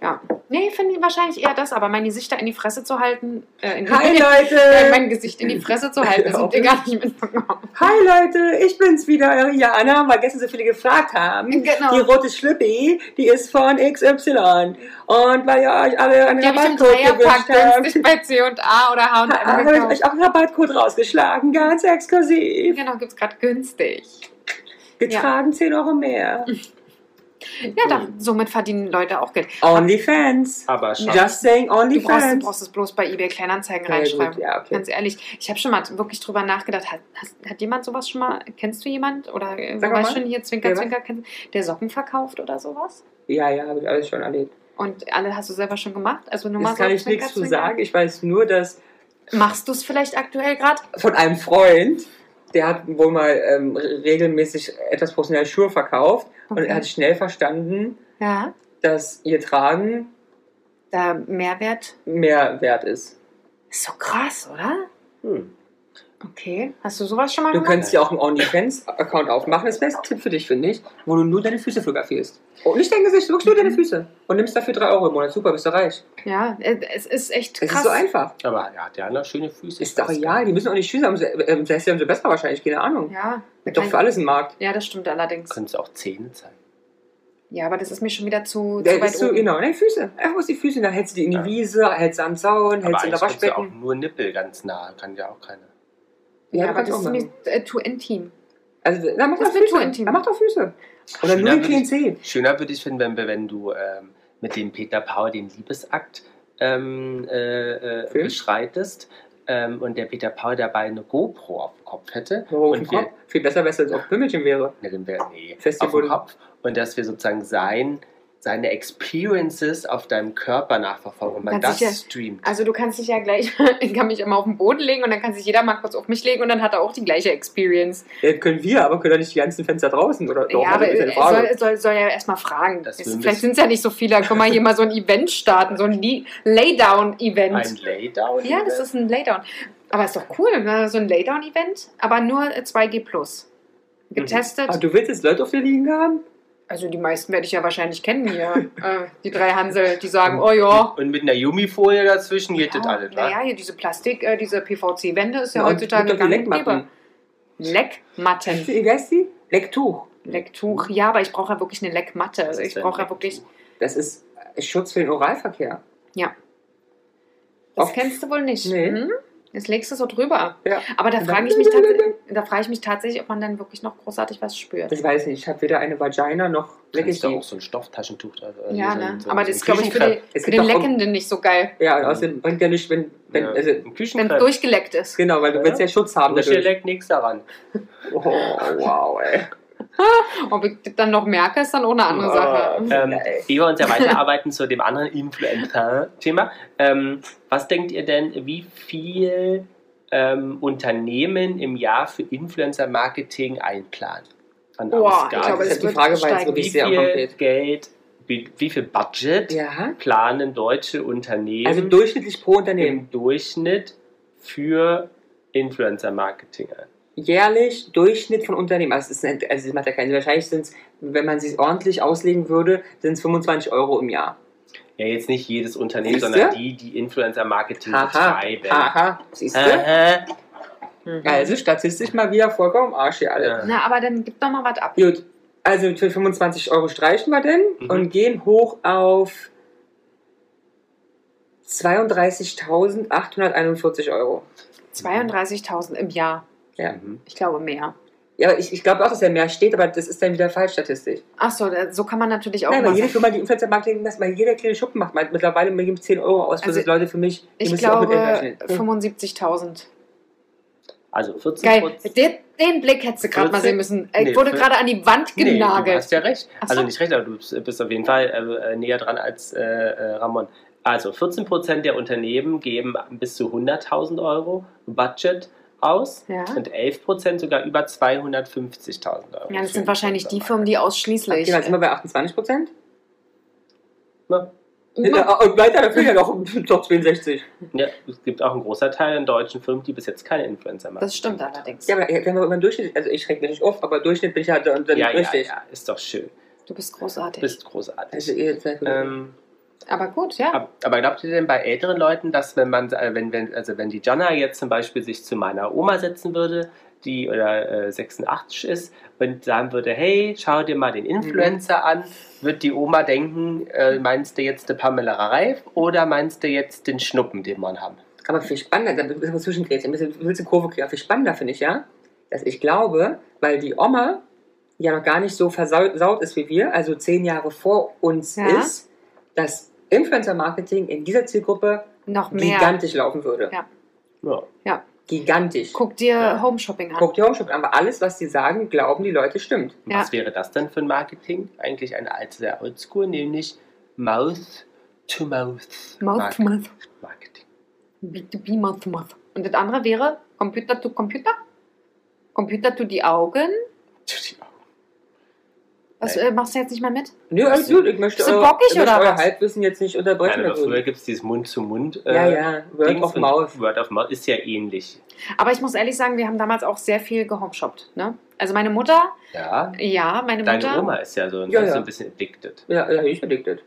Ja, nee, finde ich wahrscheinlich eher das, aber meine Gesichter in die Fresse zu halten, äh, in die, Hi mein, Leute! mein Gesicht in die Fresse zu halten, das Äh, Ja. habt ihr gar nicht mitbekommen. Hi Leute, ich bin's wieder, eure Jana, weil gestern so viele gefragt haben. Die Genau. rote Schlippi, die ist von XY. Und weil ihr euch alle einen Die habe ich im Rabattcode Dreierpack gewünscht habt, günstig bei C&A oder H&M habe Ah, ich gekauft. euch auch einen Rabattcode rausgeschlagen, ganz exklusiv. Genau, gibt es gerade günstig. Getragen 10 Euro mehr. Ja, da, Hm. somit verdienen Leute auch Geld. OnlyFans. Aber schau, Just saying Du brauchst, du OnlyFans. brauchst es bloß bei eBay Kleinanzeigen halt. Ja, gut, reinschreiben. ja, okay. Ganz ehrlich, ich habe schon mal wirklich drüber nachgedacht. Hat, hast, hat jemand sowas schon mal? Kennst du jemand? Oder äh, du Sag weißt mal. schon hier, Zwinker, Ja, was? Zwinker, kennst, der Socken verkauft oder sowas? Ja, ja, habe ich alles schon erlebt. Und alle hast du selber schon gemacht? Also nur mal Jetzt so kann ich Zwinker, nichts zu Zwinker. sagen. Ich weiß nur, dass Machst du es vielleicht aktuell gerade? von einem Freund, der hat wohl mal ähm, regelmäßig etwas professionell Schuhe verkauft und er hat schnell verstanden, Ja. dass ihr Tragen Da Mehrwert. mehr wert ist. Ist so krass, oder? hm. Okay. Hast du sowas schon mal Du gemacht? könntest dir auch einen OnlyFans-Account aufmachen. Das wäre ein Tipp für dich, finde ich. Wo du nur deine Füße fotografierst. Und nicht dein Gesicht, wirklich nur Mhm. deine Füße. Und nimmst dafür 3 Euro im Monat. Super, bist du reich. Ja, äh, es ist echt Es krass. ist so einfach. Aber er hat ja noch schöne Füße. Ist doch egal. Die müssen auch nicht Füße haben. Ähm, Vielleicht haben sie besser wahrscheinlich. Keine Ahnung. Ja. Gibt doch für alles einen Markt. Ja, das stimmt allerdings. Können es auch Zähne zeigen. Ja, aber das ist mir schon wieder zu, Da zu weit bist du, oben. genau, nein, Füße. Einfach bloß die Füße. Dann hältst du die in die Ja. Wiese, hältst sie am Zaun, Aber hältst sie in eigentlich der kannst du auch Waschbecken. nur Nippel ganz nah. Kann ja auch keiner. Ja, du aber kannst das auch ist machen. mir äh, too intim. Also, da macht Das auch wird zu Füße. intim. Da macht auch Füße. Oder nur Schöner den würde kleinen ich, Zeh. schöner würde ich finden, wenn, wir- wenn du ähm, mit dem Peter Paul den Liebesakt ähm, äh, äh, Film? beschreitest ähm, und der Peter Paul dabei eine GoPro auf dem Kopf hätte. Auf dem und wir, Kopf. Viel besser, wenn es jetzt auf Pimmelchen wäre. Ne, den wär, nee, Fest auf dem gebunden. Kopf. Und dass wir sozusagen sein, seine Experiences auf deinem Körper nachverfolgen und man Ganz das sicher. streamt. Also du kannst dich ja gleich, ich kann mich immer auf den Boden legen und dann kann sich jeder mal kurz auf mich legen und dann hat er auch die gleiche Experience. Ja, Äh, können wir, aber können doch nicht die ganzen Fenster draußen. Oder doch, ja, also aber ist eine er Frage. soll, soll, soll ja erstmal fragen. Weißt Das will du, ein Vielleicht bisschen- sind es ja nicht so viele. Dann können wir hier mal so ein Event starten, so ein Li- Ein Laydown-Event. Laydown? Ja, das ist ein Laydown. Aber ist doch cool, ne? so ein Laydown-Event, aber nur äh, 2G+. Getestet. Ah, du willst jetzt Leute auf der Liege haben? Also die meisten werde ich ja wahrscheinlich kennen hier. äh, die drei Hansel, die sagen, oh ja. Und mit einer Yumi-Folie dazwischen geht das alles, naja, ne? hier diese Plastik, äh, diese PVC-Wände ist ja, und heutzutage gib doch gar die nicht Leckmatten. mehr. Leckmatten. Wie heißt die? Lecktuch. Lecktuch. Ja, aber ich brauche ja wirklich eine Leckmatte. Das Also ist ich ein brauche ja Lecktuch. wirklich. Das ist äh, Schutz für den Oralverkehr. Das Auf- kennst du wohl nicht. Nee. Hm? Jetzt legst du es so drüber. Ja. Aber da Und dann- frage ich mich, tats- da frage ich mich tatsächlich, ob man dann wirklich noch großartig was spürt. Das weiß Also ich nicht. Ich habe weder eine Vagina noch leck ich Kannst du die. auch so ein Stofftaschentuch da. äh, Ja, so ein- ne? so Aber ein- so ein das ist, glaube ich, für, die, Es für gibt den doch auch- Leckenden nicht so geil, Ja, und außerdem bringt ja nicht, wenn. wenn Ja, also, ein wenn Küchenkrepp. es durchgeleckt ist. genau, weil du willst ja Schutz haben. Durch ihr Dadurch. leckt nichts daran. Oh, wow, ey. Ob ich das dann noch merke, ist dann auch eine andere Ah, Sache. Ähm, Geil. ehe wir uns ja weiterarbeiten zu dem anderen Influencer-Thema, ähm, was denkt ihr denn, wie viel ähm, Unternehmen im Jahr für Influencer-Marketing einplanen? An Boah, ich Ausgaben? Also, glaube, Das es ist die wird Frage war jetzt steigen. wirklich wie sehr viel konkret. Geld, wie, wie viel Budget Ja. planen deutsche Unternehmen Also durchschnittlich pro Unternehmen. im Durchschnitt für Influencer-Marketing ein? jährlich Durchschnitt von Unternehmen. Also, es ist, also das macht ja keinen Sinn. Wahrscheinlich sind es, wenn man sie ordentlich auslegen würde, sind es 25 Euro im Jahr. Ja, jetzt nicht jedes Unternehmen, Siehste? sondern die, die Influencer-Marketing Haha. betreiben. Haha. Siehst du? Aha. Mhm. Also statistisch mal wieder vollkommen Arsch hier alle. Ja. Na, aber dann gib doch mal was ab. Gut. Also für 25 Euro streichen wir denn Mhm. und gehen hoch auf 32.841 Euro. 32.000 im Jahr. Ja. Mhm. Ich glaube mehr. Ja, aber ich, ich glaube auch, dass da mehr steht, aber das ist dann wieder Fallstatistik. Achso, so kann man natürlich auch Nein, weil machen. jede Firma, die Influencer Marketing, dass mal jeder kleine Schuppen macht. Man- Mittlerweile geben 10 Euro aus. Das Also, sind Leute für mich, die ich müssen auch mit Hm. glaube rechnen. 75.000. Also 14 Geil. Den, den Blick hättest du gerade mal sehen müssen. Ich Nee, wurde für- gerade an die Wand Nee, du genagelt. hast ja recht. Ach Also so. nicht recht, aber du bist- bist auf jeden Fall äh, äh, näher dran als äh, äh, Ramon. Also 14% der Unternehmen geben bis zu 100.000 Euro Budget aus Ja. und 11% sogar über 250.000 Euro. ja, das für sind wahrscheinlich die Influencer-Marketing. Firmen, die Okay, ausschließlich. dann sind wir bei 28 Prozent. Äh, Na, Ja, Und weiter, da fehlen ja noch, noch 62. Ja, es gibt auch einen großen Teil an deutschen Firmen, die bis jetzt keine Influencer machen. das stimmt allerdings. Ja, aber wenn wir über den Durchschnitt, also ich schreck mich nicht auf, aber Durchschnitt bin ich halt dann dann ja, ja, richtig. ja, ist doch schön. Du bist großartig. Bist großartig. Also, ihr seid ähm, aber gut, ja. Ab- Aber glaubt ihr denn bei älteren Leuten, dass wenn man, äh, wenn, wenn, also wenn die Jana jetzt zum Beispiel sich zu meiner Oma setzen würde, die oder äh, 86 ist und sagen würde, hey, schau dir Mhm. mal den Influencer an, wird die Oma denken, äh, meinst du jetzt die Pamela Reif oder meinst du jetzt den Schnuppen, den man haben? aber viel spannender, da müssen wir zwischengrätschen, ein bisschen, ein bisschen Kurve kriegen. Aber Viel spannender finde ich ja, dass ich glaube, weil die Oma ja noch gar nicht so versaut ist wie wir, also zehn Jahre vor uns Ja. ist, dass Influencer-Marketing in dieser Zielgruppe Noch mehr. gigantisch laufen würde. Ja. Ja. Gigantisch. Guck dir Ja. Home Shopping an. Guck dir Homeshop an, aber alles, was die sagen, glauben die Leute, stimmt. Und Was wäre das denn für ein Marketing? Eigentlich ein altes, sehr oldschool, nämlich Mouth-to-Mouth. Mouth to mouth. Marketing. B2B mouth to mouth. Und das andere wäre Computer to Computer. Computer to die Augen. Was Nee. äh, machst du jetzt nicht mehr mit? Nö, alles gut, ich möchte Bist du bockig ich möchte oder euer was? Halbwissen jetzt nicht Nein, unterbrechen. aber also- früher gibt es dieses Mund-zu-Mund. äh, ja, ja, Word Dings of und Mouth. Word of Mouth ist ja ähnlich. Aber ich muss ehrlich sagen, wir haben damals auch sehr viel gehomeshoppt. Ne? Also meine Mutter, Ja. ja, meine Deine Mutter. Oma ist ja so ein, Ja, so ja. ein bisschen addicted. Ja, ja, ich addicted.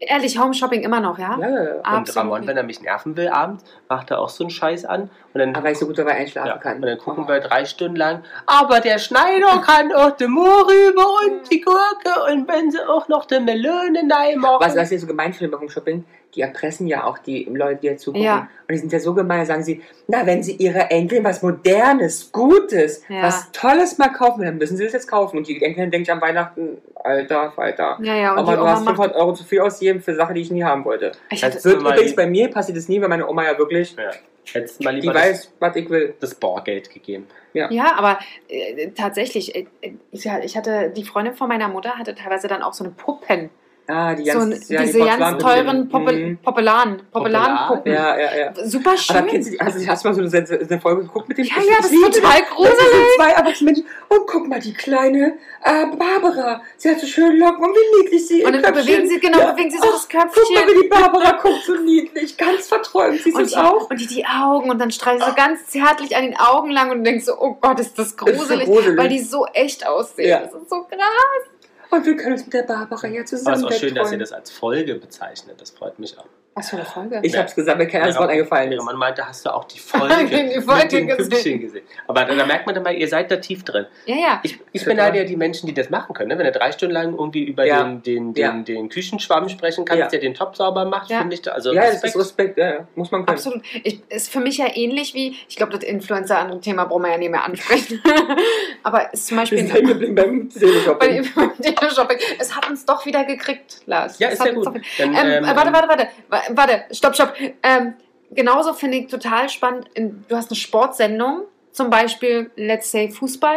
Ehrlich, Homeshopping immer noch, ja? Ja, ja, ja. Und Ramon, wenn er mich nerven will abends, macht er auch so einen Scheiß an. Und dann, Aber weil ich so gut dabei ja, einschlafen und kann. dann gucken wir drei Stunden lang, aber der Hm. Schneider kann auch den Mohrrübe und die Gurke und wenn sie auch noch die Melone reinmachen. Was, was ihr so gemein findet beim Shopping, die erpressen ja auch die Leute, die dazugucken. Ja. Und die sind ja so gemein, sagen sie, na, wenn sie ihre Enkeln was Modernes, Gutes, Ja. was Tolles mal kaufen, dann müssen sie es jetzt kaufen. Und die Enkeln denken an Weihnachten, alter Falter. Ja, ja, und Aber die du Oma hast Also macht. 500 Euro zu viel ausgegeben für Sachen, die ich nie haben wollte. Ich Das hatte, Wird Immer übrigens die- bei mir passiert es nie, weil meine Oma ja wirklich, ja. Hättest du mal die lieber das, weiß, was ich will. das Bargeld gegeben. ja, aber äh, tatsächlich, äh, äh, ich ich hatte, die Freundin von meiner Mutter hatte teilweise dann auch so eine Puppen. Ah, die so ganz, ein, diese ganz Porzellan- teuren Poppel, Mhm. Poppelan, Poppelanpuppen. Ja, ja, ja. Super schön. Aber kennst du, also hast du mal so eine, eine Folge geguckt mit dem ja, ja, das ist Ich liebe total Das gruselig. sind zwei erwachsene Menschen. Und guck mal, die kleine äh, Barbara. Sie hat so schöne Locken und wie niedlich sie Und dann bewegen sie, genau, Ja. bewegen sie so Ach, das Guck mal, Köpfchen. wie die Barbara guckt, so niedlich. Ganz verträumt. Siehst du Und es die, auch? und die die Augen und dann streichen sie so ganz zärtlich an den Augen lang und du denkst so, oh Gott, ist das Das ist so gruselig, gruselig. weil die so echt aussehen. Ja. Das ist so krass. Und wir können uns mit der Barbara ja Aber es zusammen ist auch schön, dass ihr wegträumen. das als Folge bezeichnet. Das freut mich auch. Was für eine Folge. Ich hab's gesagt, mir kein anderes Ja, Wort eingefallen Ja, ist. man meinte, hast du auch die Folge, Die Folge mit den gesehen. Püppchen gesehen. Aber da, da merkt man dann mal, ihr seid da tief drin. ja, ja. Ich, ich Total. beneide ja die Menschen, die das machen können. Ne? Wenn du drei Stunden lang irgendwie über Ja. den, den, den, Ja. den Küchenschwamm sprechen kannst, Ja. der den Topf sauber macht, Ja. finde ich da. Also Ja, das Respekt. ist Respekt. Ja, ja. muss man können. Absolut. Ich, ist für mich ja ähnlich wie, ich glaube, das Influencer-andere Thema brauchen wir ja nicht mehr ansprechen. Aber ist zum Wir Beispiel sind halt hängen geblieben beim bei Teleshopping. dem Shopping. Es hat uns doch wieder gekriegt, Lars. ja, Es ist hat ja uns gut. doch- Dann, Ähm, ähm, äh, warte, warte, warte, Wa- warte, stopp, stopp. Ähm, genauso finde ich total spannend, in, du hast eine Sportsendung, zum Beispiel, let's say Fußball,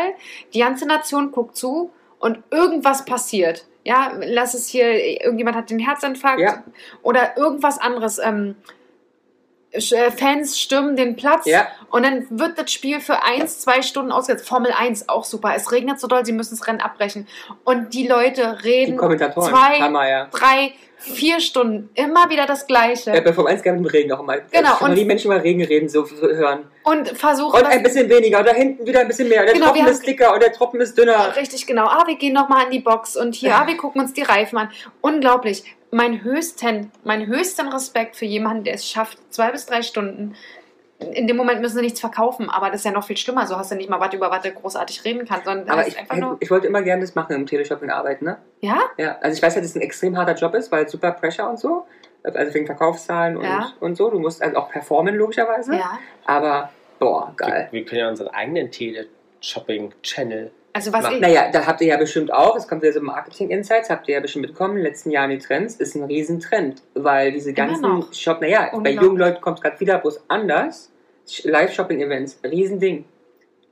die ganze Nation guckt zu und irgendwas passiert. Ja, lass es hier, irgendjemand hat den Herzinfarkt Ja. oder irgendwas anderes. Ähm, Sch- äh, Fans stürmen den Platz Ja. und dann wird das Spiel für eins, zwei Stunden ausgesetzt. Formel 1 auch super. Es regnet so doll, sie müssen das Rennen abbrechen. Und die Leute reden Die Kommentatoren. zwei, Hammer, ja. drei, vier Stunden immer wieder das Gleiche Ja, bei Form 1 gab es mit Regen auch immer. Genau, Und und- die Menschen über Regen reden, so so hören. und versuchen Und ein bisschen weniger, und da hinten wieder ein bisschen mehr. Und der Genau, Tropfen wir haben- ist dicker und der Tropfen ist dünner. das richtig genau. Ah, wir gehen nochmal in die Box und hier, ah, wir gucken uns die Reifen an. Unglaublich. Mein höchsten, mein höchsten Respekt für jemanden, der es schafft, zwei bis drei Stunden. In dem Moment müssen sie nichts verkaufen, aber das ist ja noch viel schlimmer. So hast du nicht mal was über was du großartig reden kannst, sondern Aber das ich, ist einfach nur. ich wollte immer gerne das machen, im Teleshopping arbeiten, ne? Ja? Ja, also ich weiß ja, dass es ein extrem harter Job ist, weil super Pressure und so. Also wegen Verkaufszahlen und, Ja. und so. Du musst also auch performen, logischerweise. Ja. Aber, boah, wir, geil. wir können ja unseren eigenen Tele-Shopping-Channel. Also was Mach- ich, Naja, da habt ihr ja bestimmt auch, es kommt wieder so Marketing Insights, habt ihr ja bestimmt mitbekommen, in den letzten Jahren die Trends, ist ein Riesentrend, weil diese Immer ganzen noch. Shop, naja, bei Unglaublich. jungen Leuten kommt es gerade wieder bloß anders. Live-Shopping-Events, Riesending.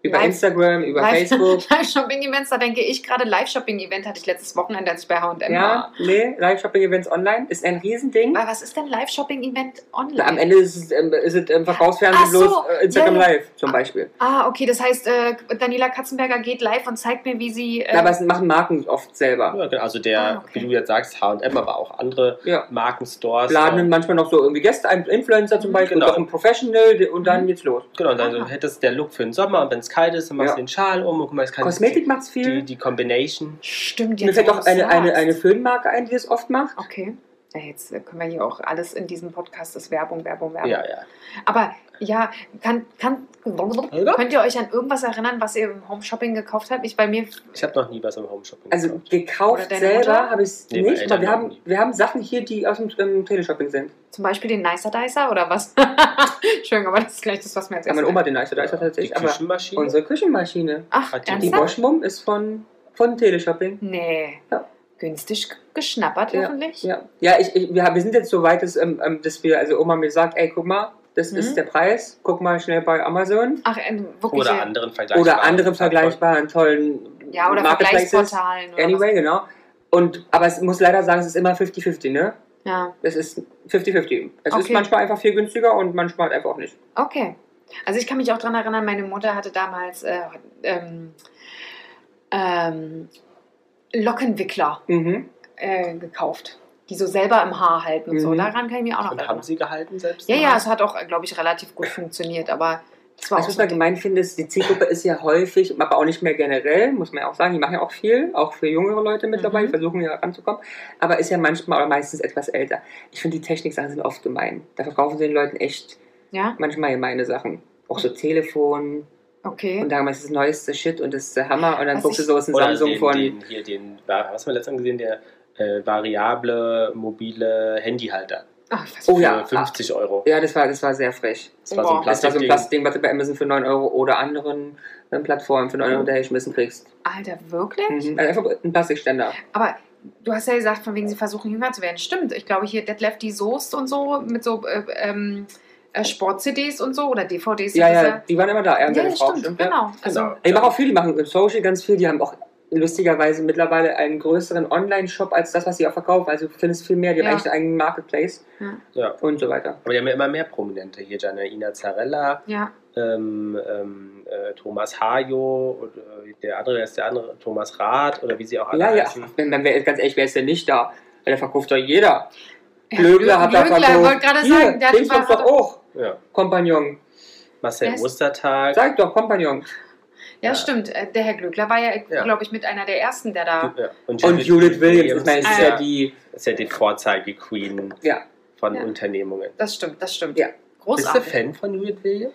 Über Live- Instagram, über Live- Facebook. Live-Shopping-Events, da denke ich gerade, Live-Shopping-Event hatte ich letztes Wochenende, als ich bei H&M Ja, war. nee, Live-Shopping-Events online ist ein Riesending. Aber was ist denn Live-Shopping-Event online? Na, am Ende ist es, ähm, ist es ähm, Verkaufsfernsehen Ach so, bloß äh, Instagram ja, ja. Live zum Beispiel. Ah, okay, das heißt, äh, Daniela Katzenberger geht live und zeigt mir, wie sie. Äh, Na, aber es machen Marken oft selber. Ja, genau, also der, Ah, okay. wie du jetzt sagst, H&M, aber auch andere Ja. Markenstores. Laden dann ähm, manchmal noch so irgendwie Gäste, ein Influencer Mhm. zum Beispiel, Genau. und auch ein Professional die- und dann geht's los. Genau, dann Ah. so hättest der Look für den Sommer und wenn es kalt ist, dann machst Ja. du den Schal um und guck mal, es kann Kosmetik macht's die, viel. die, die Combination. stimmt, Mir jetzt. fällt wo auch du's eine, eine, sagst. eine Föhnmarke ein, die es oft macht. Okay. Ja, jetzt äh, können wir hier auch alles in diesem Podcast ist Werbung, Werbung, Werbung. Ja, ja. Aber ja, kann, kann, könnt ihr euch an irgendwas erinnern, was ihr im Home Shopping gekauft habt? Ich bei mir. Ich habe noch nie was im Homeshopping Also gekauft. Oder gekauft deine selber Mutter? habe ich es Nee, meine nicht, aber wir Eltern haben, haben die. wir haben Sachen hier, die aus dem ähm, Teleshopping sind. Zum Beispiel den Nicer Dicer oder was? Schön, aber das ist gleich das, was mir jetzt Ja, meine erst- Oma den Nicer Dicer die tatsächlich, aber Küchenmaschine. unsere Küchenmaschine. Ach, hat die- Die ernsthaft? Waschmum ist von, von Teleshopping. Nee. Ja. Günstig geschnappert, Ja, hoffentlich. Ja, ja ich, ich, wir, haben- wir sind jetzt so weit, dass, ähm, ähm, dass wir, also Oma mir sagt, ey, guck mal, das Mhm. ist der Preis, guck mal schnell bei Amazon Ach, äh, wirklich. Oder ja. anderen vergleichbaren. oder anderen vergleichbaren tollen Ja, oder Marketplaces. Vergleichsportalen. Oder Anyway, genau. Und, aber es muss leider sagen, es ist immer 50-50, was. ne? Ja, Es ist 50-50. Es ist Okay. manchmal einfach viel günstiger und manchmal halt einfach auch nicht. okay. Also ich kann mich auch daran erinnern, meine Mutter hatte damals äh, ähm, ähm, Lockenwickler Mhm. äh, gekauft, die so selber im Haar halten und so. Mhm. Daran kann ich mich auch noch Und haben erinnern. sie gehalten selbst? Ja, ja, es es hat auch, glaube ich, relativ gut funktioniert, aber es war Was auch ich so mal gemein finde, ist, die Zielgruppe ist ja häufig, aber auch nicht mehr generell, muss man ja auch sagen, die machen ja auch viel, auch für jüngere Leute mittlerweile, Mhm. versuchen ja ranzukommen, aber ist ja manchmal oder meistens etwas älter. Ich finde, die Techniksachen sind oft gemein. Da verkaufen sie den Leuten echt Ja, manchmal gemeine Sachen. Auch so Telefon okay. und damals ist das neueste Shit und das ist der Hammer und dann Also guckst du ich- sowas in Oder Samsung den, von. den, hier den, was haben wir letztens gesehen, der äh, variable mobile Handyhalter Ach, was Oh für ja. ah, 50 Euro. Ja, das war, das war sehr frech. Das war so ein Boah. Das war so ein Plastikding. Plastikding, was du bei Amazon für 9 Euro oder anderen äh, Plattformen für 9 Mhm. Euro dahergeschmissen kriegst. Alter, wirklich? Mhm. Also einfach ein Plastikständer. Aber du hast ja gesagt, von wegen sie versuchen jünger zu werden. Stimmt, ich glaube hier Detlef die Soest und so mit so äh, ähm, äh, Sport-CDs und so oder DVDs. Ja, das ist ja, die waren immer da. Er Ja, und ja, seine Frau, stimmt, ja. genau. Also, Genau. Ich mache auch viel, die machen im Social ganz viel. Die haben auch lustigerweise mittlerweile einen größeren Online-Shop als das, was sie auch verkaufen. Also du findest viel mehr. Die Ja. haben echt einen eigenen Marketplace Ja. und so weiter. Aber die haben ja immer mehr Prominente hier. Janaina Zarella, ja. ähm, ähm, äh, Thomas Hajo, und, äh, der andere ist der andere, Thomas Rath oder wie sie auch alle Ja, ja. heißen. Wenn, wenn wir, ganz ehrlich, wer ist denn nicht da? Weil der verkauft doch jeder. Ja, Blödler hat da Blödler, verkauft. wollte gerade Hier, sagen, der hat also- Dingsbums überall- doch auch. Ja. Kompagnon. Marcel Wer ist- Ostertag. Sag doch, Kompagnon. ja, Ja. stimmt. Äh, Der Herr Glöckler war ja, Ja. glaube ich, mit einer der ersten, der da. Ja. Und Judith Williams, ich meine, Ah, es ist ja ja, die. ist ja die Vorzeige-Queen Ja. von Ja. Unternehmungen. Das stimmt, das stimmt. Ja. Bist du Großartig. Fan von Judith Williams?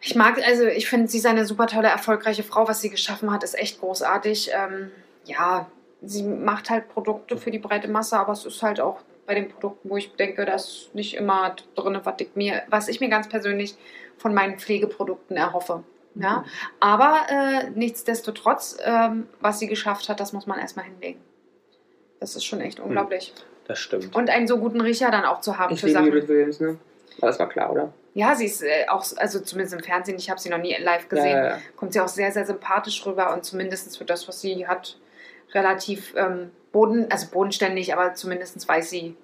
Ich mag, also ich finde, sie ist eine super tolle, erfolgreiche Frau. Was sie geschaffen hat, ist echt großartig. Ähm, ja, sie macht halt Produkte für die breite Masse, aber es ist halt auch bei den Produkten, wo ich denke, da ist nicht immer drin, was ich mir, was ich mir ganz persönlich von meinen Pflegeprodukten erhoffe. Ja, aber äh, nichtsdestotrotz, ähm, was sie geschafft hat, das muss man erstmal hinlegen. Das ist schon echt unglaublich. Das stimmt. Und einen so guten Riecher dann auch zu haben Hm. Ich für liebe Sachen. Judith Williams, ne? Aber das war klar, oder? Ja, sie ist äh, auch, also zumindest im Fernsehen, ich habe sie noch nie live Ja, gesehen ja, ja. kommt sie auch sehr, sehr sympathisch rüber und zumindest für das, was sie hat, relativ ähm, boden, also bodenständig, aber zumindest weiß sie,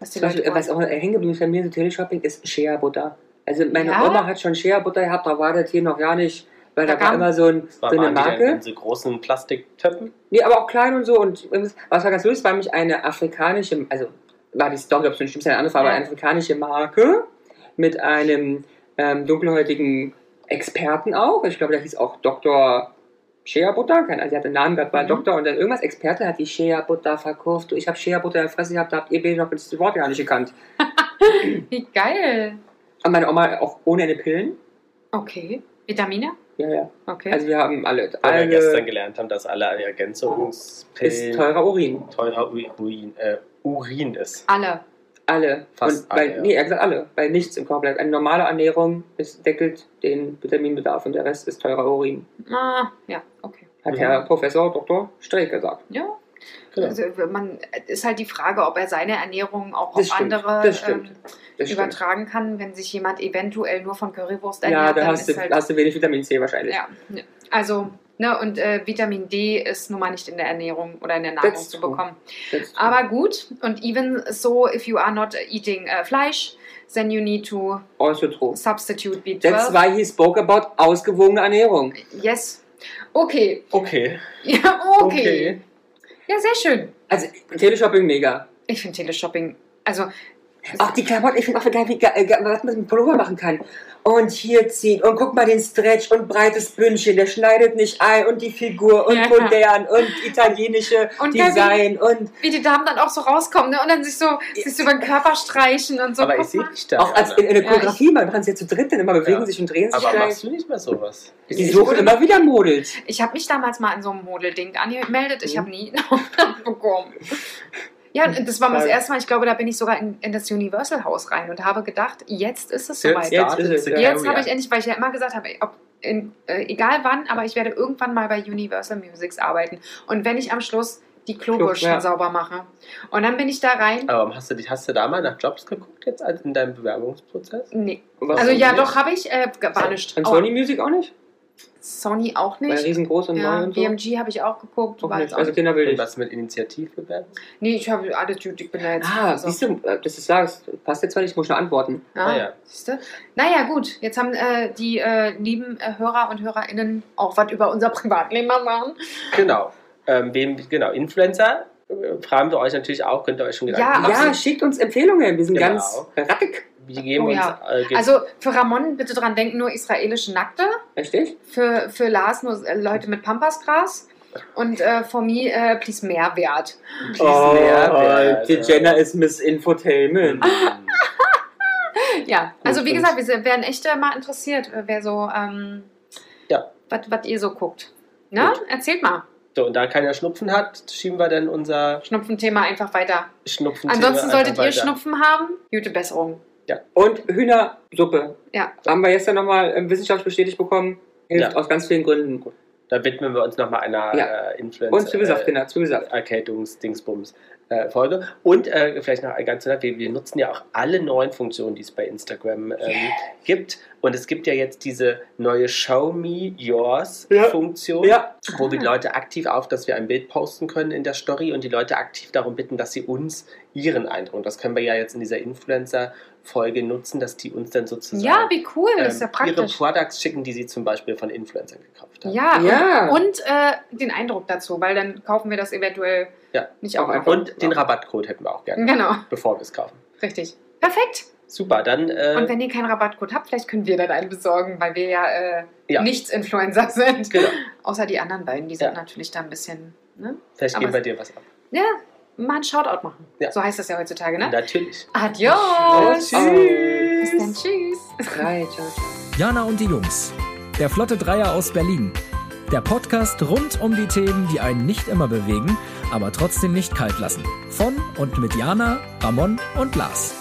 was die Zum Beispiel, Leute äh, was wollen. auch hängen geblieben ist bei mir so Teleshopping, ist Shea Butter. Also meine Ja? Oma hat schon Shea Butter gehabt, da war das hier noch gar nicht, weil Da da, war kam- immer so, ein, so War so waren eine die dann in Marke. so großen Plastiktöpfen? Nee, aber auch klein und so. Und übrigens, was war ganz lustig, war mich eine afrikanische, also war die Story, ob es nicht stimmt, ist ja eine andere Frage, Ja. aber eine afrikanische Marke mit einem ähm, dunkelhäutigen Experten auch. Ich glaube, der hieß auch Dr. Shea Butter, kein, also sie hat den Namen gehabt, war Mhm. Doktor und dann irgendwas Experte hat die Shea Butter verkauft. Du, Ich habe Shea Butter in der Fresse gehabt, da habt ihr beide noch das Wort gar nicht gekannt. Wie geil! Und meine Oma auch ohne eine Pillen. Okay. Vitamine? Ja, ja. Okay. Also wir haben alle. Weil wir gestern Alge gelernt haben, dass alle ist Ergänzungspillen teurer Urin. teurer Ui- Urin, äh, Urin ist. Alle. Alle. Fast und bei, alle, ja. Nee, er sagt alle. Bei nichts im Körper bleibt. Eine normale Ernährung ist, deckelt den Vitaminbedarf und der Rest ist teurer Urin. Ah, ja, okay. Hat Mhm. Herr Professor Dr. Streeck gesagt. Ja. Genau. Also, man ist halt die Frage, ob er seine Ernährung auch Das auf stimmt, andere das stimmt, ähm, Das stimmt. übertragen kann, wenn sich jemand eventuell nur von Currywurst ernährt. Ja, da dann hast du, ist halt, hast du wenig Vitamin C wahrscheinlich. ja. ja. Also, ne, und äh, Vitamin D ist nun mal nicht in der Ernährung oder in der Nahrung That's zu true. bekommen. Das- Aber gut, und even so, if you are not eating äh, Fleisch, then you need to also true. substitute B12. That's why he spoke about ausgewogene Ernährung. Yes. Okay. Okay. Ja, okay. Ja, sehr schön. Also Teleshopping mega. Ich finde Teleshopping, also, Ach, die Klamotten, ich finde auch geil, wie geil, geil, was man mit dem Pullover machen kann. Und hier ziehen und guck mal den Stretch und breites Bündchen, der schneidet nicht ein und die Figur und Ja. modern und italienische Und geil, Design und wie die Damen dann auch so rauskommen ne? und dann sich so, sich so über den Körper streichen und so. Aber Guck ich sehe mal. dich da. auch als in, in der Ja, Choreografie, man machen sie ja zu dritt, dann immer bewegen Ja. sich und drehen sich Aber gleich. machst du nicht mehr sowas? Die suchen immer wieder Models. ich habe mich damals mal in so einem Modelding angemeldet. Ich Mhm. habe nie einen Auftrag bekommen. Ja, und das war mal das Geil. erste Mal. Ich glaube, da bin ich sogar in, in das Universal-Haus rein und habe gedacht, jetzt ist es Jetzt, soweit. jetzt ist ist es, es ja. Jetzt habe ich endlich, weil ich ja immer gesagt habe, ob in, äh, egal wann, aber ich werde irgendwann mal bei Universal Musics arbeiten. Und wenn ich am Schluss die Klobürsten Klo, ja. Also, sauber mache. Und dann bin ich da rein. Aber hast du, dich- hast du da mal nach Jobs geguckt jetzt als in deinem Bewerbungsprozess? Nee. Was Also denn ja, nicht? doch, habe ich. Äh, war nicht. Und Sony? Sony Music auch nicht? Sony auch Weil nicht. riesengroß und neu Ja, und so. BMG habe ich auch geguckt. Auch War jetzt nicht. auch Also nicht. Und Kinderbild. was mit Initiativbewerbung? Nee, ich habe alles gut, ich bin da jetzt. Ah, also, siehst du, äh, dass du sagst, passt jetzt zwar nicht, ich muss schon antworten. ja, Ah, ja. Siehst du? Naja, gut, jetzt haben äh, die äh, lieben äh, Hörer und HörerInnen auch was über unser Privatleben erfahren. Genau. Ähm, wem, genau, Influencer äh, fragen wir euch natürlich auch, könnt ihr euch schon Gedanken Ja, machen. Ja, absolut. schickt uns Empfehlungen. Wir sind Genau. ganz rattig. Wir geben Oh uns, ja. äh, geben- Also für Ramon bitte dran denken, nur israelische Nackte. Richtig? Für, für Lars nur äh, Leute mit Pampasgras. Und äh, for me, äh, please Mehrwert. Oh, Mehrwert, die ja. Jenna ist Miss Infotainment. Ja, also wie und- gesagt, wir sind- wären echt äh, mal interessiert, äh, wer so, ähm, Ja. was ihr so guckt. Ne? Erzählt mal. so, und da keiner Schnupfen hat, schieben wir dann unser Schnupfenthema einfach weiter. Schnupfen. Ansonsten solltet ihr Schnupfen haben. Gute Besserung. Und Hühnersuppe. Ja. Haben wir gestern nochmal ähm, wissenschaftlich bestätigt bekommen. Hilft Ja. aus ganz vielen Gründen. Da widmen wir uns nochmal einer Ja. äh, Influencer. Und Zwiebelsaft, äh, genau, Zwiebelsaft. Erkältungsdingsbums äh, Folge. Und äh, vielleicht noch ein ganz nett, wir, wir nutzen ja auch alle neuen Funktionen, die es bei Instagram ähm, gibt. Und es gibt ja jetzt diese neue Show Me Yours Ja. Funktion, Ja, wo wir die Leute aktiv auf, dass wir ein Bild posten können in der Story und die Leute aktiv darum bitten, dass sie uns ihren Eindruck, das können wir ja jetzt in dieser Influencer-Folge nutzen, dass die uns dann sozusagen Ja, wie cool. das ist ja ähm, ihre praktisch. Products schicken, die sie zum Beispiel von Influencern gekauft haben. Ja, Ja. und, und äh, den Eindruck dazu, weil dann kaufen wir das eventuell Ja. nicht auch Auch einfach. Und den Rabattcode hätten wir auch gerne, Genau, bevor wir es kaufen. richtig. Perfekt. Super, dann. Äh, Und wenn ihr keinen Rabattcode habt, vielleicht können wir dann einen besorgen, weil wir ja, äh, Ja. nichts Influencer sind. genau. Außer die anderen beiden, die sind Ja. natürlich da ein bisschen. Ne? Vielleicht Aber geben wir dir was ab. Ja, mal einen Shoutout machen. Ja. So heißt das ja heutzutage, ne? Natürlich. Adios! Bis dann, Tschüss. tschüss! Drei, ciao, ciao. Jana und die Jungs. Der Flotte Dreier aus Berlin. Der Podcast rund um die Themen, die einen nicht immer bewegen, aber trotzdem nicht kalt lassen. Von und mit Jana, Ramon und Lars.